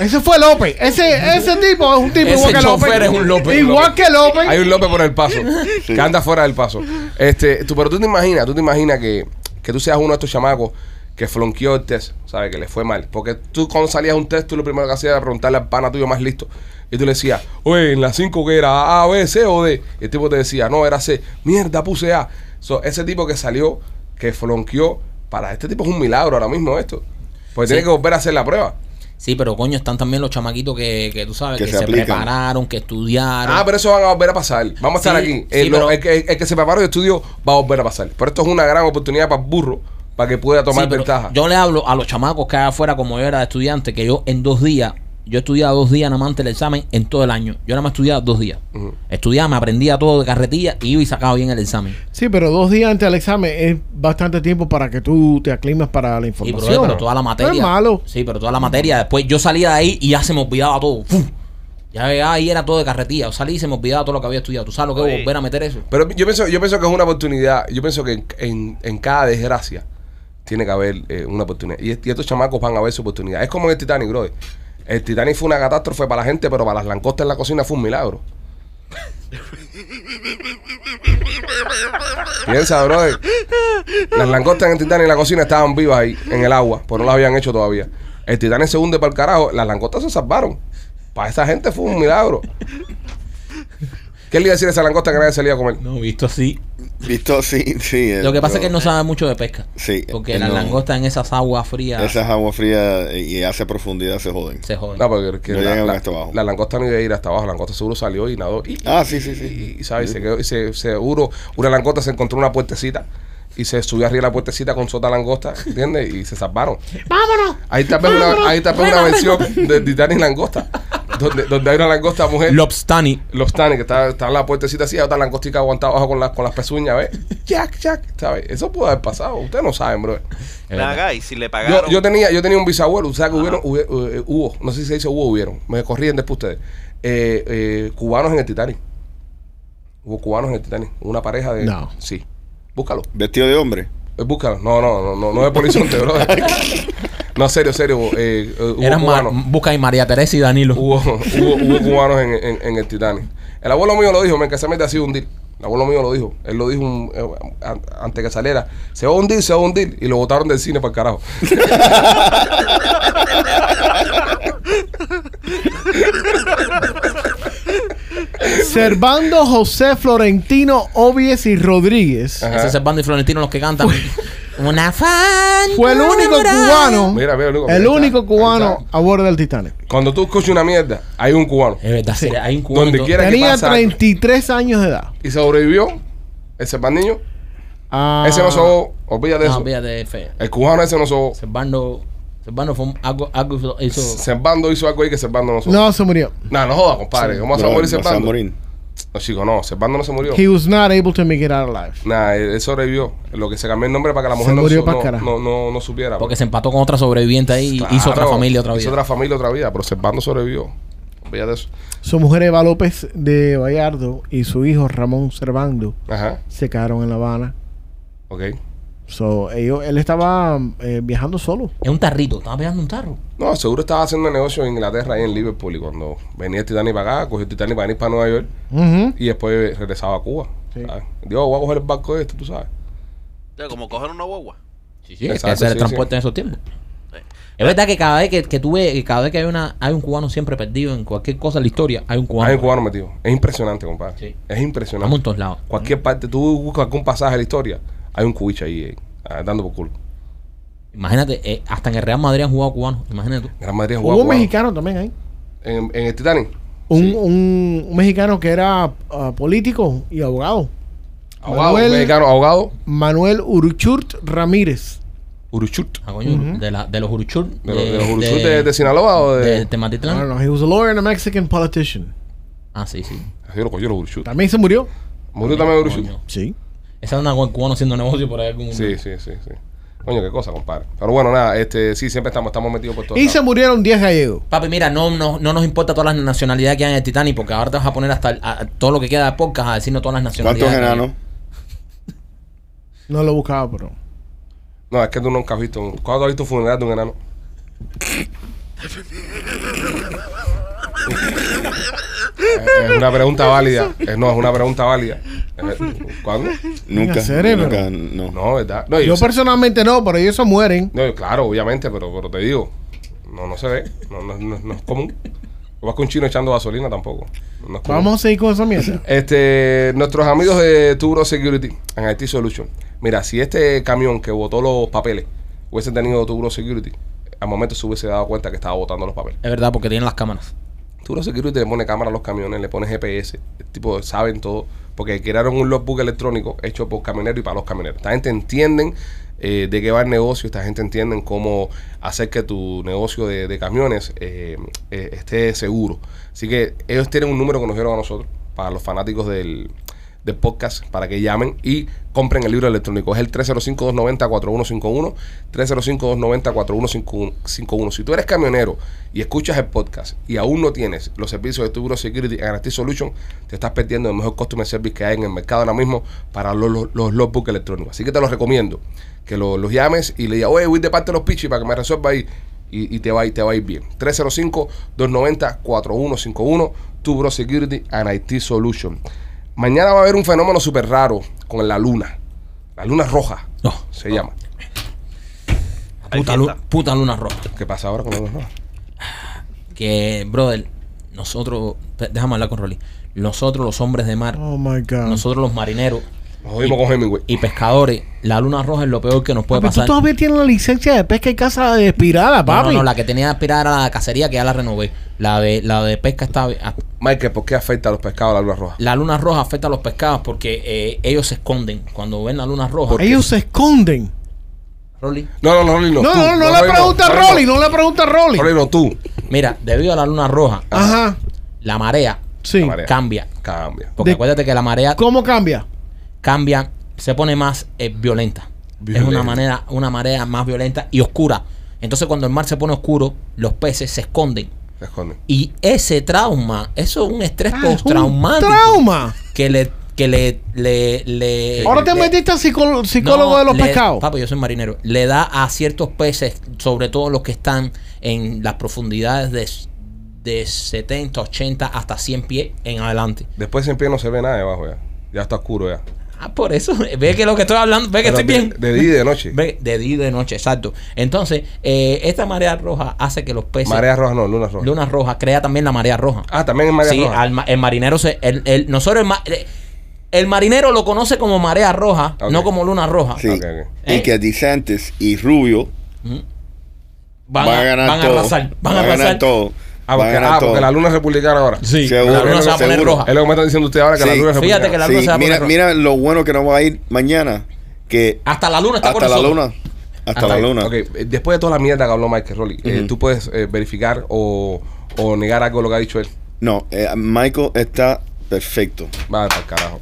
S5: Ese fue López. Ese, ese tipo es un tipo
S1: Ese
S5: igual que López.
S1: chofer es un López.
S5: Igual
S3: López.
S5: que López.
S3: Hay un López por el paso, que anda fuera del paso. Este, tú, pero tú te imaginas, tú te imaginas que, que tú seas uno de estos chamacos que flonqueó el test, ¿sabes? Que le fue mal. Porque tú cuando salías a un test, tú lo primero que hacías era preguntarle al pana tuyo más listo. Y tú le decías, oye, en la 5 que era A, B, C o D. Y el tipo te decía, no, era C. Mierda, puse A. So, ese tipo que salió, que flonqueó, para este tipo es un milagro ahora mismo esto. Porque
S1: Sí.
S3: tiene que volver a hacer la prueba.
S1: Sí, pero coño, están también los chamaquitos que, que tú sabes, que,
S6: Que se
S1: se,
S6: aplican.
S1: prepararon, que estudiaron.
S3: Ah, pero eso van a volver a pasar. Vamos a estar
S1: Sí,
S3: aquí. El,
S1: sí,
S3: lo-
S1: pero-
S3: el que, el que se preparó de estudio va a volver a pasar. Pero esto es una gran oportunidad para el burro, para que pueda tomar
S1: Sí, pero
S3: ventaja.
S1: Yo le hablo a los chamacos que hay afuera, como yo era de estudiante, que yo en dos días, yo estudiaba dos días nada más antes del examen en todo el año. Yo nada más estudiaba dos días.
S3: Ujú.
S1: Estudiaba, me aprendía todo de carretilla y iba y sacaba bien el examen.
S5: Sí, pero dos días antes del examen es bastante tiempo para que tú te aclimas para la
S1: Y,
S5: información.
S1: brother, pero toda la materia.
S5: No es malo.
S1: Sí, pero toda la materia. Después yo salía de ahí y ya se me olvidaba todo. ¡Fum! Ya llegaba ahí era todo de carretilla. Yo salí y se me olvidaba todo lo que había estudiado. ¿Tú sabes lo que es
S4: Oye.
S1: volver a meter eso?
S3: Pero yo pienso, yo pienso que es una oportunidad. Yo pienso que en, en- en cada desgracia tiene que haber eh, una oportunidad. Y, est- y estos chamacos van a ver su oportunidad. Es como en el Titanic, brother. El Titanic fue una catástrofe para la gente, pero para las langostas en la cocina fue un milagro. Piensa, brother. Las langostas en el Titanic en la cocina estaban vivas ahí, en el agua, pero no las habían hecho todavía. El Titanic se hunde para el carajo, las langostas se salvaron. Para esa gente fue un milagro. ¿Qué le iba a decir a esa langosta que nadie salía a comer?
S1: No, visto así.
S6: Visto, sí, sí.
S1: Lo que pasa es que él no sabe mucho de pesca.
S6: Sí,
S1: Porque
S6: él
S1: las
S6: Eh, no-
S1: langostas en esas aguas frías
S6: Esas aguas frías eh, y hace profundidad se joden.
S1: se joden.
S3: No, porque que
S6: No
S3: la,
S6: llegan
S3: la-
S6: hasta abajo.
S3: la langosta no iba a ir hasta abajo. La langosta seguro salió y nadó. Y,
S6: Ah, sí, sí, sí.
S3: y, y, ¿sabes? Y se quedó, y se- seguro una langosta se encontró una puertecita y se subió arriba de la puertecita con sota langosta, ¿entiendes? Y se salvaron.
S7: ¡Vámonos!
S3: Ahí tal vez una, ahí tal vez una versión de Titanic Langosta, donde, donde hay una langosta mujer.
S1: Lobstani.
S3: Lobstani, que está, está en la puertecita así, hay otra langostica aguantada abajo con, las con las pezuñas, ¿ves? Jack, Jack, ¿sabes? Eso pudo haber pasado, ustedes no saben, bro.
S4: Naga, y si le
S3: Yo,
S4: pagaron.
S3: yo tenía, yo tenía un bisabuelo, o sea que hubieron, hubie- eh, hubo, no sé si se dice hubo, hubieron, me corrían después ustedes, eh, eh, cubanos en el Titanic. Hubo cubanos en el Titanic, una pareja de...
S5: No.
S3: Sí. Búscalo.
S6: Vestido de hombre.
S3: Eh, Búscalo. No, no, no, no, no es polizonte, bro. No, serio, serio. Eh, eh, hubo
S1: Eran Ma-
S3: cubanos.
S1: busca ahí María Teresa y Danilo.
S3: Hubo, hubo, hubo cubanos en, en- en el Titanic. El abuelo mío lo dijo, men, que se mete así a hundir. El abuelo mío lo dijo. Él lo dijo un- eh, an- antes que saliera. Se va a hundir, se va a hundir. Y lo botaron del cine para el carajo.
S5: Servando José Florentino Obies y Rodríguez
S3: Ajá.
S1: Ese es el bando y florentino los que cantan. Una fan.
S5: fue el único cubano,
S3: Mira, mira, Luco,
S5: el
S3: mira, ahí está,
S5: único
S3: ahí
S5: cubano
S3: está.
S5: a bordo del Titanic.
S3: Cuando tú escuchas una mierda, hay un cubano.
S1: Es verdad, sí, hay un cubano.
S3: Donde
S1: en todo-
S3: quiera que
S5: Tenía
S3: pasa-
S5: 33 años de edad.
S3: Y sobrevivió. Ese pandiño.
S5: Ah,
S3: Ese no sobó. Olvídate de
S1: No,
S3: eso.
S1: olvídate, fe.
S3: El cubano ese no sobó.
S1: Servando. Servando fue un- algo, algo hizo.
S3: Sembando hizo algo ahí que Sembando no sobó.
S5: no se murió.
S3: Nah, no jodas, compadre. ¿Cómo vas a
S6: No,
S3: morir
S6: no se va a
S3: Sembando?
S6: morir.
S3: No, chico, no. Sembando no se murió.
S5: He was not able to make it out alive.
S3: Nah, él, él sobrevivió. Lo que se cambió el nombre para que la
S5: Se
S3: mujer no,
S5: murió
S3: su-
S5: pa'l
S3: no,
S5: carajo.
S3: no, no, no supiera. pues.
S1: Porque se empató con otra sobreviviente ahí y hizo otra
S3: Claro,
S1: familia otra vez.
S3: Hizo otra familia otra vida, pero Servando sobrevivió. Olvídate de eso.
S5: Su mujer Eva López de Vallardo y su hijo Ramón Servando
S3: Ajá,
S5: se quedaron en La Habana.
S3: ok.
S5: So, ellos, él estaba eh, viajando solo.
S1: Es un tarrito, estaba pegando un tarro.
S3: No, seguro estaba haciendo negocio en Inglaterra y en Liverpool. Y cuando venía el Titanic para acá, cogió el Titanic para venir para Nueva York
S5: Ujú.
S3: y después regresaba a Cuba.
S5: Sí.
S3: ¿sabes? Dios, voy a coger el barco este, tú sabes.
S4: O sea, como coger una guagua.
S1: Sí, sí,
S3: Exacto,
S1: es que hacer el
S3: sí,
S1: transporte
S3: sí.
S1: en esos tiempos. Es verdad que cada vez que, que tú ves, que cada vez que hay una, hay un cubano siempre perdido en cualquier cosa de la historia, hay un cubano.
S3: Hay un cubano metido. Es impresionante, compadre.
S1: Sí.
S3: Es impresionante.
S1: Estamos en todos lados.
S3: Cualquier parte, tú buscas algún pasaje de la historia, hay un cubicho ahí, eh, ah, dando por culo.
S1: Imagínate, eh, hasta en el Real Madrid han jugado cubanos. Imagínate tú.
S3: Gran Madrid
S5: Hubo
S3: jugaba
S5: un
S3: cubano.
S5: mexicano también ahí.
S3: En, en el Titanic.
S5: Un, un- un mexicano que era ah, político y abogado.
S3: Abogado,
S5: Manuel-
S3: mexicano, abogado.
S5: Manuel Uruchurt Ramírez.
S3: Uruchut.
S1: Ah, coño, de, la, de los Uruchur.
S3: ¿De, los- de los Uruchut de, de Sinaloa o de.?
S1: de Tematitlán.
S5: No, no, no. He was a lawyer and a Mexican politician.
S1: Ah, sí, sí.
S3: Yo lo cogió los Uruchut.
S5: También se murió.
S3: Murió también Uruchut.
S1: Coño.
S5: Sí.
S1: Esa anda con el cubano haciendo negocio por ahí. Algún...
S3: Sí, sí, sí, sí. Coño, qué cosa, compadre. Pero bueno, nada, este, sí, siempre estamos, estamos metidos por todo.
S5: Y se murieron 10 gallegos.
S1: Papi, mira, no, no, no nos importa todas las nacionalidades que hay en el Titanic, porque ahora te vas a poner hasta el- a- a todo lo que queda de podcast a decirnos todas las nacionalidades.
S6: ¿Cuántos
S1: que hay.
S6: enanos?
S5: No lo buscaba, pero.
S3: No, es que tú nunca has visto. un- ¿Cuándo tú has visto un funeral de un enano? es es una pregunta válida. Eh, No, es una pregunta válida. Eh, ¿Cuándo?
S6: Nunca.
S5: serio,
S6: nunca,
S5: pero-
S6: no.
S3: No, ¿verdad? No, yo
S5: Yo
S3: sé-
S5: personalmente no, pero ellos se mueren.
S3: no, yo- claro, obviamente, pero, pero te digo, no, no se ve. No, no, no, no es común. No vas con un chino echando gasolina tampoco. No es común.
S5: Vamos a seguir con esa mierda.
S3: Este, nuestros amigos de Turo Security en IT Solution. Mira, si este camión que botó los papeles hubiese tenido Turo Security, al momento se hubiese dado cuenta que estaba botando los papeles.
S1: Es verdad, porque tienen las cámaras.
S3: Turo Security le pone cámara a los camiones, le pone GPS, el tipo saben todo, porque crearon un logbook electrónico hecho por camioneros y para los camioneros. Esta gente entienden eh, de qué va el negocio, esta gente entienden cómo hacer que tu negocio de, de camiones eh, eh, esté seguro. Así que ellos tienen un número que nos dieron a nosotros, para los fanáticos del, de podcast para que llamen y compren el libro electrónico. Es el 305-290-4151. 305-290-4151. Si tú eres camionero y escuchas el podcast y aún no tienes los servicios de tu Bureau Security en IT Solution, te estás perdiendo el mejor customer service que hay en el mercado ahora mismo para los, los, los logbooks electrónicos. Así que te los recomiendo. Que lo- los llames y le digas, oye, voy de parte de los pichis para que me resuelva ahí y, y te, va, y te va a ir bien. 305-290-4151, Tubro Security and IT Solution. Mañana va a haber un fenómeno súper raro con la luna. La luna roja
S1: No.
S3: se llama.
S4: Ahí
S1: Puta,
S4: está.
S1: lu- puta luna roja.
S3: ¿Qué pasa ahora con la luna roja?
S1: Que, brother, nosotros. pe- Déjame hablar con Rolly. Nosotros, los hombres de mar,
S5: Oh my God.
S1: nosotros, los marineros,
S3: Nos jodimos con Hemingway.
S1: Y pescadores, la luna roja es lo peor que nos puede
S5: Papi, tú
S1: pasar.
S5: todavía tienes la licencia de pesca y casa expirada,
S1: No,
S5: papi.
S1: no, no, la que tenía aspirada era la de cacería que ya la renové. La de, la de pesca está.
S3: Michael, ¿por qué afecta a los pescados la luna roja?
S1: La luna roja afecta a los pescados porque eh, ellos se esconden. Cuando ven la luna roja,
S5: Ellos se esconden.
S1: Rolly,
S3: No, no, no, Rolly, no.
S5: No,
S3: tú.
S5: no, no, le
S3: Rolly,
S5: pregunta a Rolly,
S3: Rolly,
S5: no le pregunta a Rolly.
S3: Rolly, no, tú.
S1: mira, debido a la luna roja,
S5: Ajá,
S1: la marea
S5: sí.
S3: Marea.
S1: cambia.
S3: Cambia.
S1: Porque
S5: De-
S1: acuérdate que la marea
S5: ¿Cómo cambia?
S1: cambia, se pone más eh, violenta.
S3: Violenta.
S1: Es una manera, una marea más violenta y oscura. Entonces cuando el mar se pone oscuro, los peces se esconden.
S3: Se esconde.
S1: Y ese trauma, eso es un estrés
S5: Ah, es un
S1: postraumático.
S5: trauma.
S1: Que le, que le, le, le-
S5: Ahora te
S1: le-
S5: metiste a psicólogo, psicólogo
S1: Eh, No,
S5: de los
S1: le-
S5: pescados.
S1: Papi, yo soy marinero. Le da a ciertos peces, sobre todo los que están en las profundidades de, de 70, 80 hasta 100 pies en adelante.
S3: Después en pie no se ve nada debajo ya. Ya está oscuro ya.
S1: Ah, por eso, ve que lo que estoy hablando, ve que
S3: Pero
S1: estoy
S3: de-
S1: bien.
S3: De día y de noche.
S1: Ve, de día y de noche, exacto. Entonces, eh, esta marea roja hace que los peces.
S3: Marea roja no, luna roja.
S1: Luna roja crea también la marea roja.
S3: Ah, también es marea
S1: sí,
S3: roja.
S1: al ma- el marinero se. El, el- nosotros el, ma- el- el marinero lo conoce como marea roja,
S3: Ok.
S1: no Eh. como luna roja.
S6: Sí.
S3: Ok, ok.
S6: Y que DeSantis y Rubio
S1: Van,
S6: van a
S1: a,
S6: ganar
S1: van a
S6: todo.
S1: arrasar. Van a
S6: ganar
S1: arrasar.
S6: todo.
S3: Ah,
S6: van a
S3: porque,
S6: ganar
S3: ah, porque
S6: todo.
S3: la luna es republicana ahora.
S1: Sí,
S6: Seguro,
S1: la luna se va a poner
S6: seguro.
S1: roja.
S3: Es lo que me están diciendo ustedes ahora que la
S6: Sí.
S3: luna es republicana.
S1: Fíjate que la luna
S6: Sí,
S1: se va a poner
S6: mira,
S1: roja.
S6: mira lo bueno que nos va a ir mañana. Que
S1: Hasta la luna está
S6: hasta
S1: con
S6: la
S1: nosotros. Ah,
S6: luna. Hasta
S1: Hasta
S6: la
S1: ahí.
S6: luna.
S3: Ok, eh, después de toda la mierda que habló Michael Rolly, eh, tú puedes eh, verificar o, o negar algo de lo que ha dicho él.
S6: No, eh, Michael está perfecto.
S3: Va al carajo.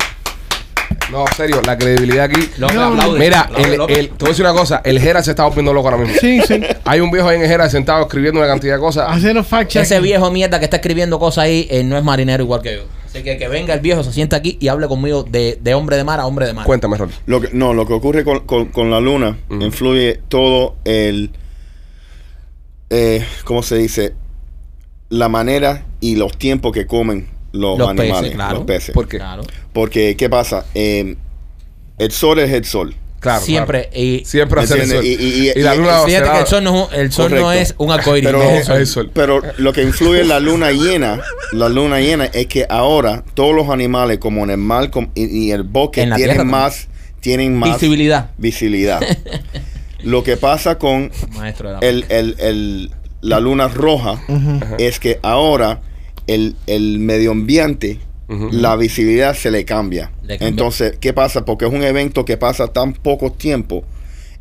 S3: No, serio, la credibilidad aquí.
S1: López,
S5: No,
S1: aplaude.
S3: Mira,
S1: Aplaude,
S3: el,
S1: López.
S3: el- te voy a decir una cosa, el Jera se está volviendo loco ahora mismo.
S5: Sí, Ah, sí.
S3: Hay un viejo ahí en el Jera sentado escribiendo una cantidad de cosas.
S5: Haciendo fact check.
S1: Ese viejo mierda que está escribiendo cosas ahí eh, no es marinero igual que yo. Así que que venga el viejo, se sienta aquí y hable conmigo de, de hombre de mar a hombre de mar.
S3: Cuéntame, Rolly.
S6: Lo que, no, lo que ocurre con, con- con la luna
S3: Ujú.
S6: influye todo el. eh, ¿Cómo se dice? La manera y los tiempos que comen los,
S1: Los peces,
S6: animales,
S1: claro.
S6: los peces.
S3: ¿Por qué?
S1: Claro.
S6: Porque, ¿qué pasa? Eh, el sol es el sol.
S3: Claro.
S1: Siempre. Y,
S3: claro. Siempre hace el sol.
S6: ¿Entiendes? Y- y- y-
S3: la
S6: y-
S3: luna
S1: fíjate
S3: será-
S1: que el sol no, es un- el sol no
S6: Correcto.
S1: es un arcoíris.
S6: Pero-
S1: no es un sol.
S3: el sol.
S6: Pero lo que influye en la luna llena, la luna llena es que ahora todos los animales, como en el mar com- y, y el bosque,
S1: En la
S6: tienen
S1: tierra
S6: más, tienen más
S1: Visibilidad.
S6: visibilidad. lo que pasa con
S1: Maestro de la
S6: el, el- el- la luna roja es que ahora el, el medio ambiente,
S3: Ujú.
S6: la visibilidad se le cambia.
S1: Le cambia.
S6: Entonces, ¿qué pasa? Porque es un evento que pasa tan poco tiempo.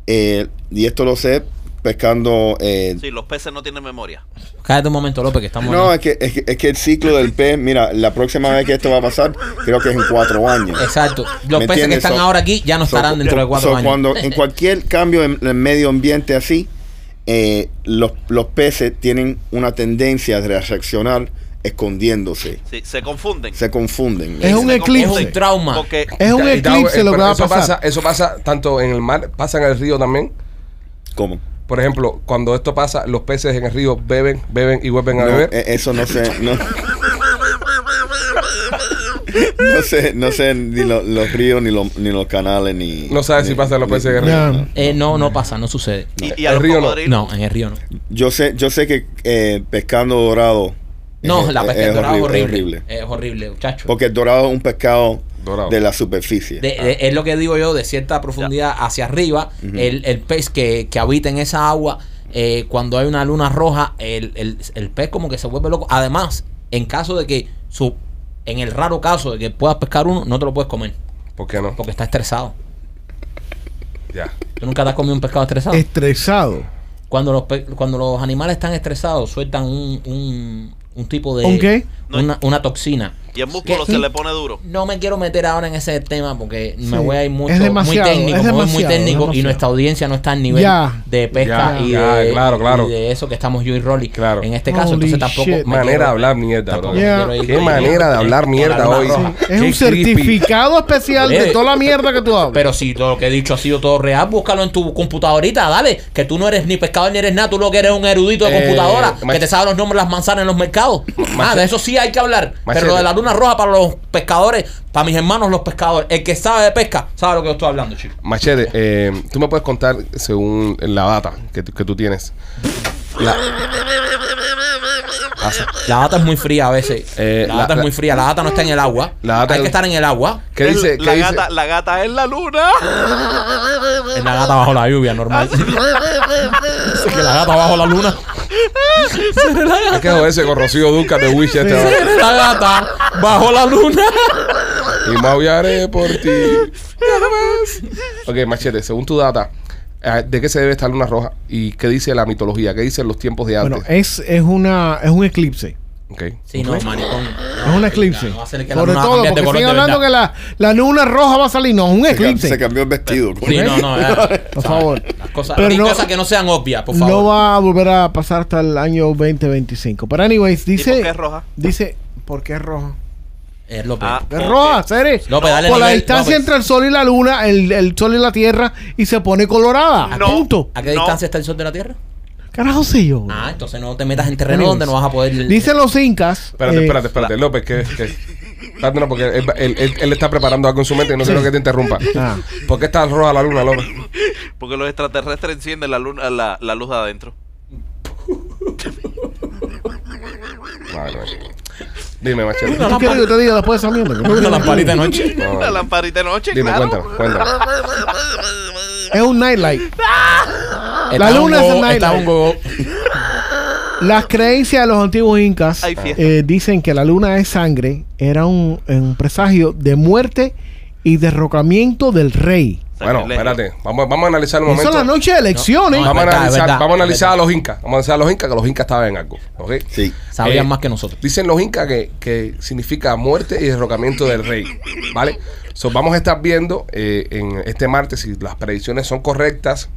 S6: eh, y esto lo sé pescando. eh,
S4: Sí, los peces no tienen memoria.
S1: Cállate un momento, López, que estamos.
S6: No,
S1: en-
S6: es que, es, que, es que el ciclo del pez, mira, la próxima vez que esto va a pasar, creo que es en cuatro años.
S1: Exacto.
S6: ¿Me
S1: Los peces que
S6: entiendes?
S1: están
S6: So-
S1: ahora aquí ya no
S6: so-
S1: estarán dentro de cuatro
S6: so
S1: años.
S6: cuando en cualquier cambio en el medio ambiente así, eh, los, los peces tienen una tendencia de reaccionar escondiéndose.
S4: Sí, se confunden.
S6: Se confunden.
S5: Es un
S4: Se
S5: eclipse.
S4: confunden
S1: Es un trauma.
S4: Porque
S5: Es un
S3: Y te hago- eh,
S5: eclipse lo que
S3: pero
S5: va a
S3: eso
S5: pasar.
S3: Pasa, eso pasa tanto en el mar, pasa en el río también.
S6: ¿Cómo?
S3: Por ejemplo, cuando esto pasa, los peces en el río beben, beben y vuelven a
S6: No,
S3: beber.
S6: eh, eso no sé. No. No sé, no sé ni lo- los ríos, ni, lo- ni los canales, ni...
S3: No sabes
S6: ni-
S3: si pasan los
S6: ni-
S3: peces en el río.
S5: No.
S1: Eh, no, no pasa, no sucede.
S4: y, y a
S3: El
S4: los
S3: río no.
S4: cocodrilos.
S1: No, en el río no.
S6: Yo sé, yo sé que eh, pescando dorado.
S1: No,
S6: es-
S1: la
S6: es-
S1: pesca
S6: es
S1: del dorado es
S6: horrible, es
S1: horrible.
S6: horrible.
S1: Es horrible, muchacho.
S6: Porque el dorado es un pescado
S3: Dorado.
S6: de la superficie.
S1: De- de- es lo que digo yo, de cierta profundidad hacia arriba, el, el pez que, que habita en esa agua, eh, cuando hay una luna roja, el, el- el pez como que se vuelve loco. Además, en caso de que su, en el raro caso de que puedas pescar uno, no te lo puedes comer,
S3: ¿Por qué no?
S1: porque está estresado.
S3: Ya.
S1: ¿Tú nunca te has comido un pescado estresado?
S5: Estresado.
S1: Cuando los, pe- cuando los animales están estresados, sueltan un, un, un tipo de...
S5: ¿Un qué?
S1: Una, una toxina.
S4: Y el músculo
S1: ¿Qué?
S4: se le pone duro.
S1: No me quiero meter ahora en ese tema porque me
S5: Sí.
S1: voy a ir mucho,
S5: Es demasiado,
S1: muy técnico,
S5: es
S1: me voy muy
S5: demasiado,
S1: técnico y
S5: demasiado.
S1: nuestra audiencia no está al nivel
S5: Ya.
S1: de pesca
S3: Ya,
S1: y,
S3: ya,
S1: de,
S3: claro, claro.
S1: y de eso que estamos yo y Rolly
S3: Claro.
S1: en este caso.
S5: Holy
S1: entonces tampoco... me
S5: shit.
S3: Manera
S1: quiero-
S3: de hablar mierda,
S1: tampoco
S3: bro.
S1: me
S5: Yeah.
S1: quiero ir
S3: Qué
S1: con-
S3: manera de
S1: con
S3: hablar
S1: la
S3: mierda
S1: luna
S3: hoy.
S1: roja.
S5: Es
S3: Qué
S5: un
S3: creepy.
S5: certificado especial de
S1: Eh.
S5: toda la mierda que tú hablas.
S1: Pero si todo lo que he dicho ha sido todo real, búscalo en tu computadorita, dale. Que tú no eres ni pescador ni eres nada, tú lo que eres un erudito de
S3: Eh,
S1: computadora,
S3: mach-
S1: que te sabe los nombres de las manzanas en los mercados. Ah, de eso sí hay que hablar.
S3: Machete.
S1: Pero lo de la luna roja para los pescadores, para mis hermanos los pescadores, el que sabe de pesca, sabe lo que yo estoy hablando, chico.
S3: Machete, eh, tú me puedes contar, según la data que, tú- que tú tienes, la-
S1: Pasa. La data es muy fría a veces.
S3: Eh,
S1: la
S3: la-
S1: data
S3: la-
S1: es muy fría. La data no está en el agua.
S3: La data
S1: Hay
S3: es-
S1: que estar en el agua.
S3: ¿Qué
S4: Es
S3: dice?
S4: la,
S3: qué dice?
S4: gata, la gata es la luna.
S1: Es la gata bajo la lluvia, normal. Es que la gata bajo la luna. Seré la
S3: Hay
S1: gata.
S3: que joderse con Rocío Duca de Wish este ahora.
S1: Seré la gata bajo la luna.
S3: Y maullaré por ti. ok, machete, según tu data, eh, ¿de qué se debe esta luna roja? ¿Y qué dice la mitología? ¿Qué dicen los tiempos de antes?
S5: Bueno, eh, es, es, una, es un eclipse.
S3: Ok.
S1: Sí, no, maricón.
S5: es un eclipse.
S1: No va a ser que la
S5: Sobre
S1: luna va a
S5: todo,
S1: cambiar de
S5: porque
S1: color
S5: siguen
S1: de
S5: hablando que
S1: verdad.
S5: la, la luna roja va a salir. No, es un
S6: Se, ca- se
S5: eclipse.
S6: cambió el vestido.
S1: Sí, no, no. eh,
S5: Por favor.
S1: Las cosas,
S5: Pero
S1: di
S5: no-
S1: cosas que no sean obvias, por
S5: No
S1: favor.
S5: va a volver a pasar hasta el año 2025. Pero, anyways, dice.
S4: por qué es roja?
S5: Dice, ¿por qué es roja?
S1: Es Eh, López.
S4: Ah.
S5: Es
S4: Ok.
S5: roja, Ceres.
S1: López, pues dale
S5: Por la
S1: nivel,
S5: distancia
S1: López.
S5: entre el sol y la luna, el, el sol y la tierra, y se pone colorada.
S4: No.
S5: Punto.
S1: ¿A qué
S4: No.
S1: distancia está el sol de la Tierra?
S5: Carajo sé yo.
S1: Ah, entonces no te metas en terreno donde no vas a poder. eh,
S5: Dicen los incas.
S3: Espérate,
S5: eh,
S3: espérate, espérate. López, que. que... espérate, no, porque él, él- él- él está preparando algo en su mente y no quiero que te interrumpa.
S5: Ah.
S3: ¿Por qué está roja la luna, López?
S4: Porque los extraterrestres encienden la, luna, la, la luz de adentro.
S3: Vale, machete. Dime, machete.
S5: ¿Tú quieres que te diga después de esa mierda?
S1: Una lamparita de noche.
S3: No,
S4: La lamparita de noche,
S3: Dime,
S4: claro.
S3: cuéntanos, cuéntanos.
S5: Es un nightlight.
S1: Está un
S5: luna es Eh,
S1: gogo,
S5: el night
S1: está
S5: light.
S1: un gogo.
S5: Las creencias de los antiguos incas
S4: Hay fiesta.
S5: eh, dicen que la luna de sangre era un, eh, un presagio de muerte y derrocamiento del rey.
S3: Bueno, espérate. Vamos, vamos a analizar un
S5: Eso es
S3: momento.
S5: la noche de elecciones.
S1: No, no,
S3: Vamos a
S1: Es verdad,
S3: analizar,
S1: es verdad,
S3: vamos a,
S1: es
S3: analizar a
S1: verdad.
S3: los incas. Vamos a analizar a los incas que los incas estaban en algo. ¿ok?
S6: Sí.
S1: Sabían
S3: Eh,
S1: más que nosotros.
S3: Dicen los incas que, que significa muerte y derrocamiento del rey. ¿Vale? So, vamos a estar viendo eh, en este martes si las predicciones son correctas.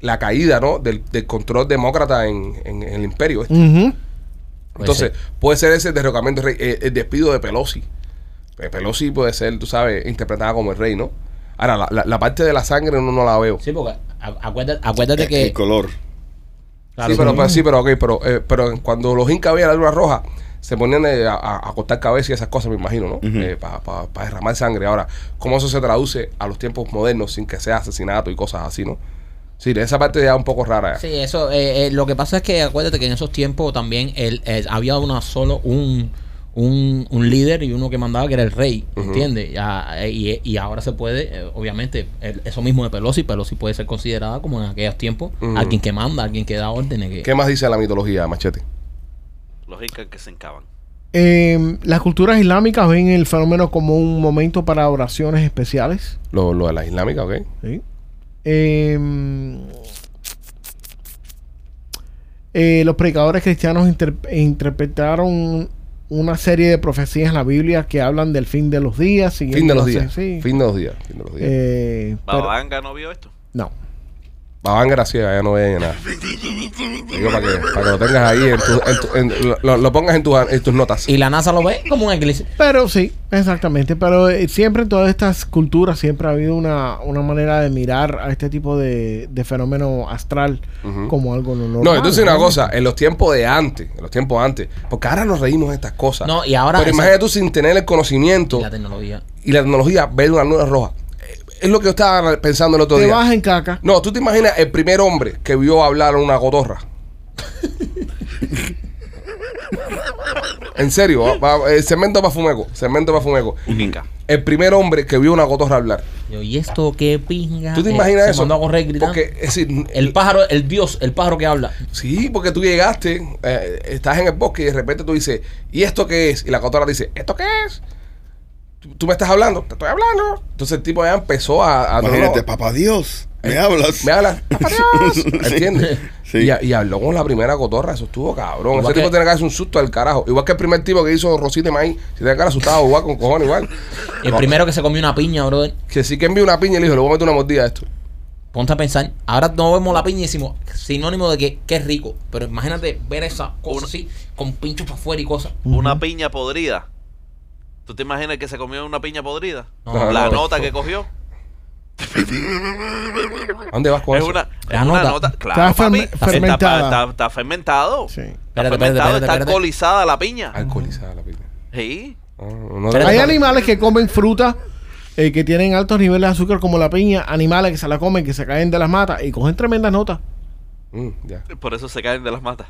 S3: La caída, ¿no? Del, del control demócrata en, en- en el imperio. este.
S5: Ujú.
S3: Entonces, puede ser ese derrocamiento del rey. Eh, el despido de Pelosi. Eh, Pelosi puede ser, tú sabes, interpretada como el rey, ¿no? Ahora, la, la- la parte de la sangre no, no la veo.
S1: Sí, porque a- acuérdate, acuérdate que.
S6: El color.
S1: Claro,
S3: sí, pero, pero- sí, pero ok, pero, eh, pero cuando los incas veían la luna roja, se ponían eh, a, a- a cortar cabeza y esas cosas, me imagino, ¿no? Eh,
S6: Ujú.
S3: Para derramar sangre. Ahora, ¿cómo eso se traduce a los tiempos modernos sin que sea asesinato y cosas así, ¿no? Sí, esa parte ya es un poco rara.
S1: Sí, eso. eh, eh, lo que pasa es que acuérdate que en esos tiempos también el, el- había una solo un, un, un líder y uno que mandaba que era el rey,
S3: Ujú.
S1: ¿entiendes? Ya, eh, y, y ahora se puede, eh, obviamente, el- eso mismo de Pelosi, Pelosi puede ser considerada como en aquellos tiempos
S3: Ujú.
S1: alguien que manda, alguien que da órdenes. Que,
S3: ¿Qué más dice la mitología, Machete?
S4: Los incas que se encaban.
S5: Eh, las culturas islámicas ven el fenómeno como un momento para oraciones especiales.
S3: Lo, lo de la islámica, ¿ok?
S5: ¿sí? Eh, eh, los predicadores cristianos inter- interpretaron una serie de profecías en la Biblia que hablan del fin de los días.
S3: Fin
S5: siguiendo
S3: de los días.
S5: las- sí.
S3: Fin de los días. Fin de los días.
S5: Eh, pero-
S4: Babanga no vio esto.
S5: no.
S3: Babán gracias, ya no veía nada. Digo, para que, para que lo tengas ahí, en tu- en tu- en- lo- lo, lo pongas en, tus- en tus notas.
S1: Y la NASA lo ve como un eclipse.
S5: Pero sí, exactamente. Pero eh, siempre en todas estas culturas siempre ha habido una, una manera de mirar a este tipo de, de fenómeno astral
S3: Ujú.
S5: como algo no normal.
S3: No, entonces una
S5: ¿no?
S3: cosa, en los tiempos de antes, en los tiempos de antes, porque ahora nos reímos de estas cosas.
S1: No, y ahora-
S3: Pero imagínate tú sin tener el conocimiento
S1: La tecnología.
S3: y la tecnología ver una luna roja. Eh, Es lo que yo estaba pensando el otro
S5: Te
S3: día.
S5: vas en caca.
S3: No, tú te imaginas el primer hombre que vio hablar a una cotorra. en serio, va- va- eh, cemento para fumeco, cemento para fumeco.
S4: Un inca.
S3: El primer hombre que vio una cotorra hablar.
S1: Yo, ¿y esto qué pinga?
S3: ¿Tú te
S1: Eh,
S3: imaginas
S1: se
S3: eso?
S1: mandó a correr gritando.
S3: Porque, es decir,
S1: el pájaro, el dios, el pájaro que habla.
S3: Sí, porque tú llegaste, eh, estás en el bosque y de repente tú dices, ¿y esto qué es? Y la cotora dice, ¿esto qué es? Tú, tú me estás hablando, te estoy hablando. Entonces el tipo ya empezó a. a
S6: Imagínate,
S3: Ah, no, no,
S6: papá Dios. Me hablas.
S3: Me hablas, "Papá Dios", ¿entiendes?
S6: Sí.
S3: Y, a- y habló con la primera cotorra, eso estuvo cabrón.
S1: Igual
S3: Ese
S1: que-
S3: tipo tiene que hacer un susto al carajo. Igual que el primer tipo que hizo Rosita de Maíz, se tiene que haber asustado, igual con cojones, igual.
S1: Y el primero que se comió una piña, brother.
S3: Que sí que envió una piña y le dijo, le voy a meter una mordida a esto.
S1: Ponte a pensar, ahora no vemos la piña y decimos sinónimo de que qué rico, pero imagínate ver esa cosa así, con pinchos para afuera y cosas.
S4: Una piña podrida. ¿Tú te imaginas que se comió una piña podrida?
S1: No,
S3: no,
S4: la
S3: no.
S4: nota que cogió.
S3: ¿A dónde vas con
S4: Es
S3: eso?
S4: una,
S1: La
S4: es una
S1: nota.
S4: nota. Claro,
S5: Está
S4: papi.
S5: ferme-
S4: Está-
S5: fermentada.
S4: Está, está fermentado. Está
S5: Sí.
S1: Espérate, espérate,
S4: fermentado,
S1: espérate,
S4: está
S1: espérate.
S4: alcoholizada la piña.
S3: Alcoholizada la piña.
S4: Sí.
S3: Ah, no
S1: Pero
S3: le-
S5: Hay animales que comen fruta eh, que tienen altos niveles de azúcar como la piña, animales que se la comen, que se caen de las matas y cogen tremendas notas.
S3: Mm, ya.
S4: Por eso se caen de las matas.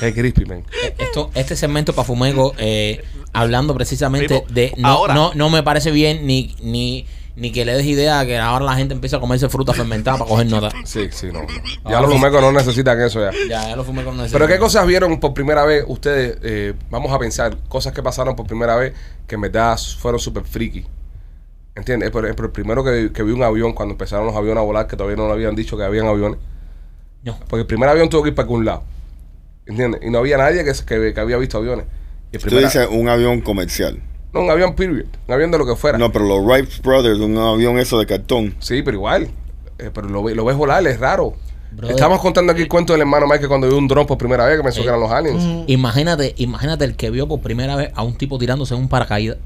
S3: Qué crispy, man.
S1: Esto, este segmento para Fumego, eh, hablando precisamente
S4: Primo,
S1: de. No,
S4: ahora.
S1: no, no me parece bien ni, ni, ni que le des idea que ahora la gente empieza a comerse fruta fermentada para coger nota.
S3: Sí, sí, no. Ya los fumecos no necesitan eso ya.
S1: Ya, ya lo fumé con
S3: Pero qué cosas vieron por primera vez ustedes, eh, vamos a pensar, cosas que pasaron por primera vez que en verdad fueron súper friki. ¿Entiendes? Por ejemplo, el primero que, que vi un avión cuando empezaron los aviones a volar, que todavía no lo habían dicho que habían aviones.
S1: No.
S3: Porque el primer avión tuvo que ir para algún lado. ¿Entiendes? Y no había nadie que, se- que, que había visto aviones. Y el
S6: Tú
S3: primer-
S6: dices un avión comercial.
S3: No, un avión period. Un avión de lo que fuera.
S6: No, pero los Wright Brothers, un avión eso de cartón.
S3: Sí, pero igual. Eh, pero lo, ve- lo ves volar, es raro.
S1: Brother.
S3: Estamos contando aquí el cuento del hermano Mike que cuando vio un dron por primera vez que pensó
S1: Eh.
S3: que eran los aliens.
S1: Imagínate, imagínate el que vio por primera vez a un tipo tirándose en un paracaídas.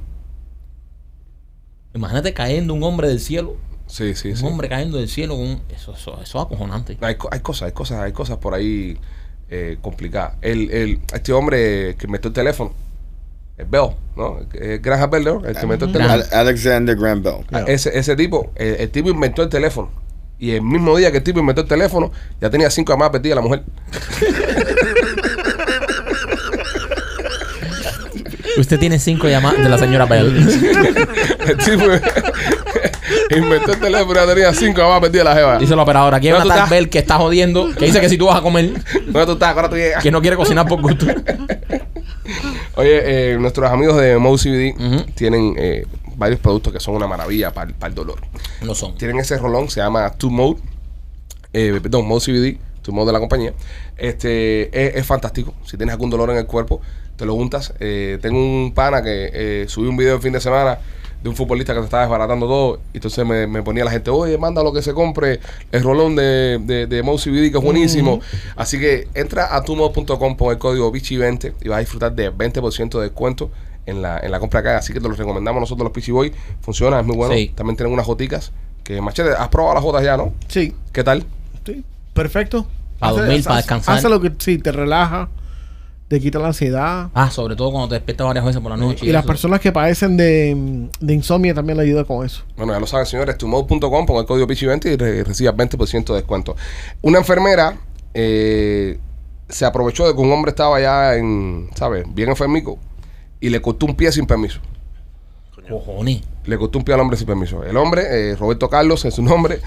S1: Imagínate cayendo un hombre del cielo.
S3: Sí, sí, sí.
S1: Un hombre cayendo del cielo. con un- eso, eso, eso es acojonante.
S3: Hay, co- hay cosas, hay cosas, hay cosas por ahí eh, complicadas. El, el, este hombre que metió el teléfono, el Bell, ¿no? Eh, Graham Bell, ¿no? El que metió el
S1: Graham.
S3: teléfono.
S6: Al- Alexander Graham Bell.
S3: Ah, Ese, ese tipo, eh, el tipo inventó el teléfono. Y el mismo día que el tipo inventó el teléfono, ya tenía cinco llamadas perdidas la mujer.
S1: Usted tiene cinco llamadas de la señora Bell.
S3: El tipo inventó el teléfono y ya tenía cinco llamadas perdidas la jeva.
S1: Dice la operadora. Aquí hay
S3: No,
S1: una
S3: tú
S1: tal
S3: estás-
S1: Bell que está jodiendo. Que dice que si tú vas a comer,
S3: ¿Dónde tú estás? Ahora tú llegas.
S1: que no quiere cocinar por gusto.
S3: Oye, eh, nuestros amigos de Mo CBD
S1: Ujú.
S3: tienen eh, varios productos que son una maravilla para el dolor.
S1: No son.
S3: Tienen ese rolón, se llama Two Mode. eh, perdón, Mode CBD, Two Mode de la compañía. Este es, es fantástico. Si tienes algún dolor en el cuerpo, te lo untas. Eh, tengo un pana que eh, subí un video el fin de semana de un futbolista que se estaba desbaratando todo. Y entonces me, me ponía la gente, oye, manda lo que se compre, el rolón de, de, de Mode CBD que es buenísimo. Así que entra a tumode.com con el código Bichi20 y vas a disfrutar de 20% de descuento. En la, en la compra acá, así que te lo recomendamos nosotros los Pichi Boy. Funciona, es muy bueno.
S1: Sí.
S3: También tienen unas joticas que machete. Has probado las jotas ya, ¿no?
S5: Sí,
S3: ¿Qué tal?
S5: sí, perfecto.
S1: Para
S5: Hace-
S1: dormir,
S5: hace-
S1: para descansar.
S5: Hace lo que sí, te relaja, te quita la ansiedad.
S1: Ah, sobre todo cuando te despiertas varias veces por la noche.
S5: y las
S1: eso.
S5: personas que padecen de, de insomnia también le ayuda con eso.
S3: Bueno, ya lo saben, señores, tumod.com con el código PICHI20 y re- recibas 20% de descuento. Una enfermera eh, se aprovechó de que un hombre estaba ya en, ¿sabes? Bien enfermico y le cortó un pie sin permiso.
S1: Cojones.
S3: Le cortó un pie al hombre sin permiso. El hombre, eh, Roberto Carlos es su nombre.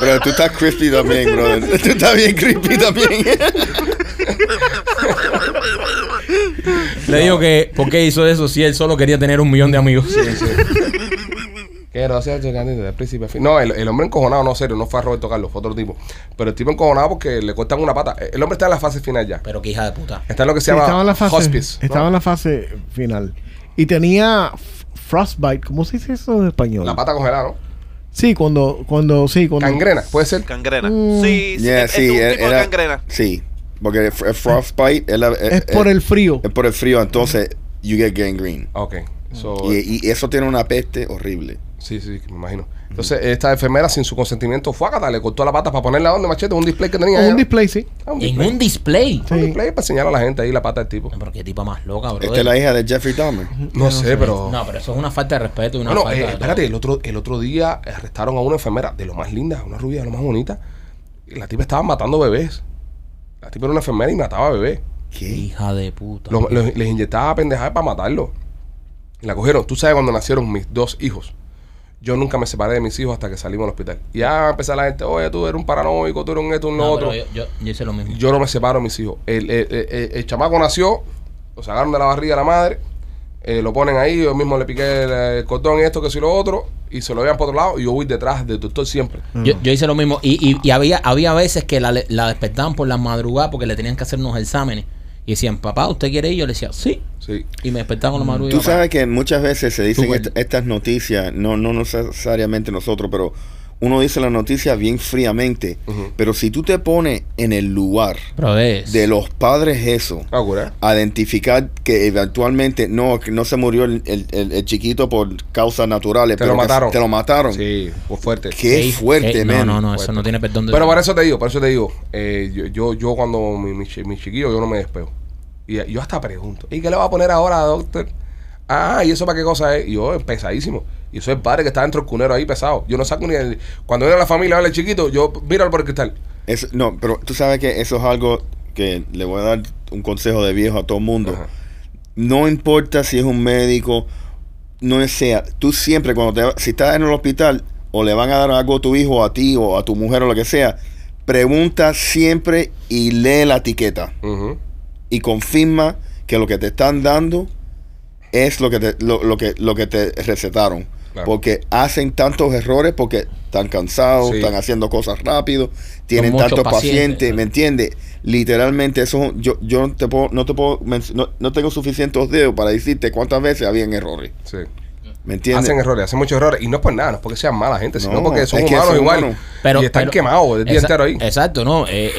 S6: Pero tú estás crispy también, brother. Tú estás bien crispy también.
S1: Le digo que, ¿por qué hizo eso si él solo quería tener un millón de amigos?
S3: Quiero ser candidato de príncipe. a fin. No, el, el hombre encojonado, no, serio, no fue a Roberto Carlos, fue otro tipo. Pero el tipo encojonado porque le cortan una pata. El hombre está en la fase final ya.
S1: Pero qué hija de puta.
S3: Está en lo que se
S5: Sí,
S3: llama
S5: estaba en la fase,
S3: hospice. ¿no?
S5: estaba en la fase final. Y tenía f- frostbite, ¿cómo se dice eso en español?
S3: La pata congelada, ¿no?
S5: Sí, cuando, cuando, sí, cuando.
S3: Cangrena, puede ser.
S4: Cangrena.
S5: Mm.
S4: Sí, sí,
S6: Yeah,
S4: es, es un
S6: era-
S4: tipo de
S6: era-
S4: cangrena.
S6: Sí, porque el fr- el frostbite es, la-
S5: Es por el frío.
S3: Eh,
S6: es por el frío, entonces you get gangrene.
S3: Ok. So,
S6: Y, y eso tiene una peste horrible.
S3: sí, sí, me imagino. Entonces, esta enfermera sin su consentimiento fue a le cortó la pata para ponerla donde machete, un display que tenía.
S5: O
S3: ella.
S5: un display, sí.
S3: Ah, un
S1: En
S3: display.
S1: un display.
S3: Un display para señalar a la gente ahí la pata del tipo.
S1: Pero qué tipa más loca, bro.
S6: Esta es Este la hija de Jeffrey Dahmer.
S3: No sé, pero.
S1: No, pero eso es una falta de respeto y una
S3: No, no,
S1: falta
S3: eh,
S1: de
S3: espérate, el otro, el otro día arrestaron a una enfermera de lo más linda, una rubia de lo más bonita. Y la tipa estaba matando bebés. La tipa era una enfermera y mataba bebés.
S1: todo.
S6: ¿Qué?
S1: Hija de puta.
S3: Lo- lo- les inyectaba pendejadas para matarlos. Y la cogieron. Tú sabes cuando nacieron mis dos hijos. Yo nunca me separé de mis hijos hasta que salimos al hospital. Y ya empezó la gente, oye, tú eres un paranoico, tú eres un esto, un lo
S1: No,
S3: otro.
S1: pero Yo, yo, yo hice lo mismo.
S3: Yo no me separo de mis hijos. El, el- el- el- el chamaco nació, lo sacaron de la barriga de la madre, eh, lo ponen ahí, yo mismo le piqué el, el cordón y esto, que si lo otro, y se lo vean por otro lado, y yo voy detrás del doctor siempre.
S1: Yo, yo hice lo mismo. Y, y- y había, había veces que la, la despertaban por las madrugadas porque le tenían que hacer unos exámenes. Y decían, papá, ¿usted quiere ir? Yo le decía, sí.
S3: Sí.
S1: Y me despertaban con la madrugada.
S6: Tú sabes que muchas veces se dicen
S1: Tú,
S6: est- estas noticias, no, no necesariamente nosotros, pero uno dice las noticias bien fríamente.
S3: Ujú.
S6: Pero si tú te pones en el lugar
S1: Pero es.
S6: de los padres eso,
S3: Ah, cura.
S6: a identificar que eventualmente no, que no se murió el, el- el- el chiquito por causas naturales,
S3: Te lo
S6: que
S3: mataron.
S6: te lo mataron.
S3: Sí, fue fuerte.
S6: Qué
S1: Sí,
S6: fuerte,
S1: eh,
S6: man.
S1: No, no, no, eso
S3: Fuerte.
S1: no tiene perdón de
S3: Pero por eso te digo, por eso te digo, eh, yo, yo, yo cuando mi, mi, chi- mi chiquillo, yo no me despego. Y eh, yo hasta pregunto, ¿y qué le va a poner ahora, doctor? Ah, ¿y eso para qué cosa es? Y yo, pesadísimo. Y soy el padre que está dentro del cunero ahí pesado. Yo no saco ni el. Cuando viene la familia, habla el chiquito, yo míralo por el cristal.
S6: Es- no, pero tú sabes que eso es algo que le voy a dar un consejo de viejo a todo el mundo.
S3: Ajá.
S6: No importa si es un médico, no sea, tú siempre cuando te, si estás en el hospital o le van a dar algo a tu hijo, a ti o a tu mujer o lo que sea, pregunta siempre y lee la etiqueta
S3: Ujú.
S6: y confirma que lo que te están dando es lo que te, lo, lo que, lo que te recetaron.
S3: Claro.
S6: Porque hacen tantos errores porque están cansados,
S3: Sí.
S6: están haciendo cosas rápido, tienen
S8: muchos
S6: tantos pacientes,
S8: pacientes,
S6: ¿me entiendes? Literalmente eso, yo, yo no te puedo, no te puedo, men- no, no tengo suficientes dedos para decirte cuántas veces habían errores,
S3: Sí.
S6: ¿me entiendes?
S3: Hacen er- errores, hacen muchos errores. Y no es por nada, no es porque sean mala gente, sino
S6: No,
S3: porque son
S6: es que
S3: humanos
S6: son
S3: igual.
S6: humanos.
S8: Pero,
S3: y están
S8: pero-
S3: quemados el día
S8: exa-
S3: entero ahí.
S8: Exacto, ¿no? Eh, eh,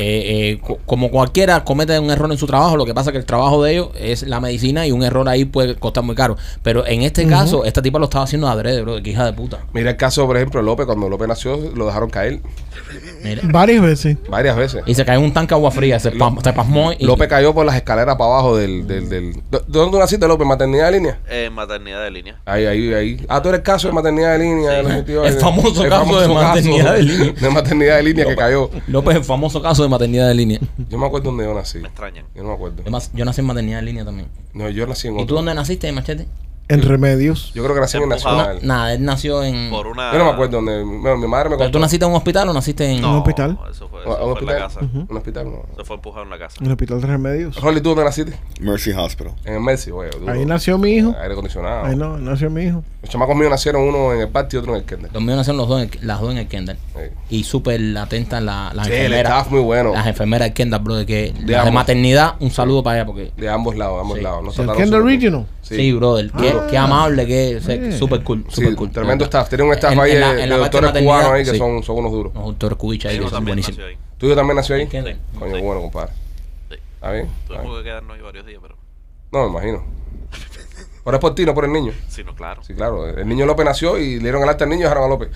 S8: eh, co- como cualquiera comete un error en su trabajo, lo que pasa es que el trabajo de ellos es la medicina y un error ahí puede costar muy caro. Pero en este caso, esta tipa lo estaba haciendo adrede, bro, que hija de puta.
S3: Mira el caso, por ejemplo, de López. Cuando López nació, lo dejaron caer
S8: Mira.
S5: Varias veces.
S3: varias veces.
S8: Y se cayó en un tanque de agua fría, se, pam- se pasmó y...
S3: López cayó por las escaleras para abajo del. del, del ¿Dó- ¿Dónde naciste, López? ¿Maternidad de línea?
S4: Eh, maternidad de línea.
S3: Ahí, ahí, ahí. Ah, tú eres el caso de maternidad de línea. de los sentidos-
S8: El famoso caso de maternidad de línea.
S3: De maternidad de línea que cayó.
S8: López, el famoso caso de maternidad de línea.
S3: Yo me acuerdo dónde yo nací.
S4: Me extrañan.
S3: Yo no me acuerdo.
S8: Además, yo nací en maternidad de línea también.
S3: No, yo nací en
S8: ¿Y tú
S3: otro.
S8: dónde naciste, Machete?
S5: En remedios.
S3: Yo creo que nací en el
S4: Empujado.
S3: Nacional.
S8: Nada, él nació en...
S4: Por una.
S3: Yo no me acuerdo dónde. Bueno, mi madre me
S8: ¿Pero tú
S3: contó.
S8: naciste en un hospital o naciste en...?
S4: No,
S5: ¿En un hospital?
S4: Eso
S3: ¿A-
S4: fue, eso
S3: a un
S4: fue en la
S3: hospital?
S4: casa.
S3: ¿Un hospital? No.
S4: Eso fue empujado en la casa.
S3: Mm.
S5: En el hospital de remedios.
S3: Rolly, ¿tú dónde naciste?
S6: Mercy Hospital.
S3: En el Mercy, güey. duro.
S5: Ahí nació mi hijo.
S3: Aire acondicionado.
S5: Ahí no, nació mi hijo.
S3: Los chamacos míos nacieron uno en el patio y otro en el Kendall.
S8: Los míos nacieron los dos en el- las dos en el Kendall.
S3: Sí.
S8: Y súper atenta la, las
S3: Sí, el
S8: enfermeras.
S3: staff muy bueno.
S8: Las enfermeras del Kendall, bro, de que las de
S3: ambos.
S8: maternidad, un saludo para ella porque
S3: De ambos lados, de ambos
S8: Sí.
S3: lados. Nos
S5: ¿El
S3: trataron
S5: Kendall
S3: súper bien.
S5: Regional?
S3: Sí.
S8: sí, brother, qué, qué amable, que o sea,
S5: Yeah.
S8: súper cool,
S3: Sí,
S8: súper cool.
S3: tremendo
S8: está
S3: staff. Tiene un staff
S8: En-
S3: ahí
S8: en
S3: de,
S8: la- en
S3: de
S8: la parte
S3: doctores
S8: de maternidad,
S3: cubanos ahí que
S8: sí.
S3: son, son unos duros.
S8: Los doctores Kubicha
S4: Mi
S8: ahí
S4: hijo
S8: que son
S4: también nació
S8: buenísimos.
S4: ahí.
S3: ¿Tú y yo también nació ahí?
S8: En Kendall.
S3: Coño,
S4: Sí.
S3: bueno, compadre.
S4: Sí.
S3: ¿Está bien? Está bien.
S4: Tuvimos que quedarnos ahí varios días, pero.
S3: No, me imagino. Pero es por ti, no por el niño.
S4: Sí, no, claro.
S3: Sí, claro. El niño López nació y le dieron el alta al niño y dejaron a López.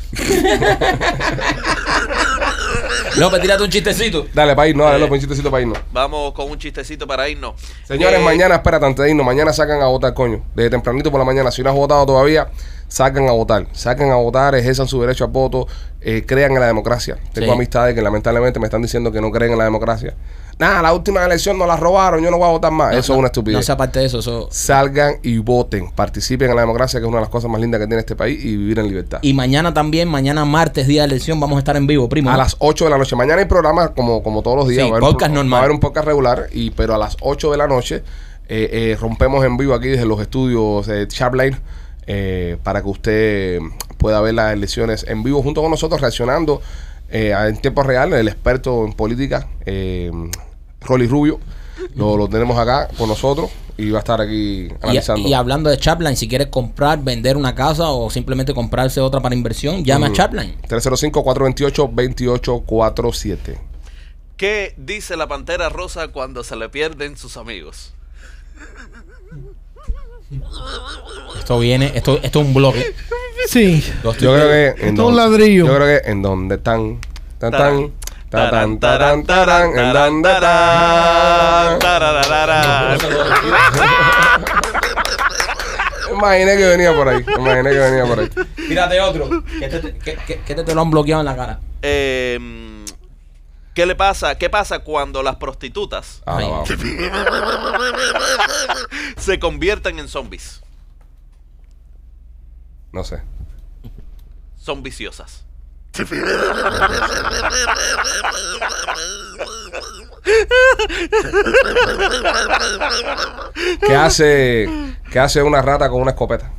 S8: López, tírate un chistecito.
S3: Dale, país, no, dale,
S4: Eh.
S3: López, un chistecito para irnos.
S4: Vamos con un chistecito para irnos.
S3: Señores,
S4: Eh,
S3: mañana, espérate, antes de irnos, mañana sacan a votar, coño. Desde tempranito por la mañana, si no has votado todavía, sacan a votar. Sacan a votar, ejerzan su derecho a voto, eh, crean en la democracia. Tengo
S8: Sí.
S3: amistades que lamentablemente me están diciendo que no creen en la democracia. Nada, la última elección nos la robaron, yo no voy a votar más.
S8: No,
S3: Ah, eso
S8: no,
S3: es una
S8: No
S3: estupidez.
S8: sea parte de eso, eso.
S3: Salgan y voten, participen en la democracia, que es una de las cosas más lindas que tiene este país, y vivir en libertad.
S8: Y mañana también, mañana martes, día de elección, vamos a estar en vivo, primo.
S3: A
S8: ¿no?
S3: las 8 de la noche. Mañana hay programa como, como todos los días.
S8: Sí,
S3: va a haber
S8: podcast
S3: un, pro-
S8: normal.
S3: Va a haber un podcast regular, y, pero a las 8 de la noche eh, eh, rompemos en vivo aquí desde los estudios de Sharpline eh, para que usted pueda ver las elecciones en vivo junto con nosotros reaccionando eh, a- en tiempo real el experto en política, eh, Rolly Rubio. Lo, lo tenemos acá con nosotros y va a estar aquí
S8: Y,
S3: analizando.
S8: y hablando de Chapline, si quieres comprar, vender una casa o simplemente comprarse otra para inversión, llama a Chapline.
S3: 305-428-2847.
S4: ¿Qué dice la pantera rosa cuando se le pierden sus amigos?
S8: Esto viene, esto, esto es un bloque.
S5: Sí.
S3: Yo creo que.
S5: Es todo
S3: don-
S5: un ladrillo.
S3: Yo creo que en donde están. Tan, tan. Tan, tan, tan,
S4: Tarán, tarán,
S3: tarán,
S4: tarán,
S3: en dan,
S4: tarán,
S3: tarán.
S4: tarán, tararararán.
S3: Imaginé que venía por ahí. Imaginé que venía por ahí.
S8: Tírate otro. ¿Qué te, qué- qué- qué este te- te lo han bloqueado en la cara?
S4: Eh, ¿Qué le pasa? ¿Qué pasa cuando las prostitutas
S3: Ahora
S8: Ay.
S3: Ah, vamos.
S4: se convierten en zombies?
S3: No sé.
S4: Son viciosas.
S3: ¿Qué hace, ¿Qué hace una rata con una escopeta?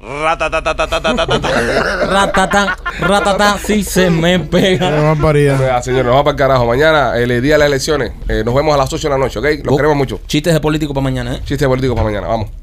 S4: Ratatatatatatatatata.
S8: Ratatá, ratatá, si se me
S5: Qué
S8: pega.
S5: barbaridad.
S3: Ah, señores, nos vamos para el carajo. Mañana, el día de las elecciones. eh, nos vemos a las 8 de la noche, ¿ok? Los queremos mucho.
S8: Chistes de político para mañana, ¿eh?
S3: Chiste político para mañana. Vamos.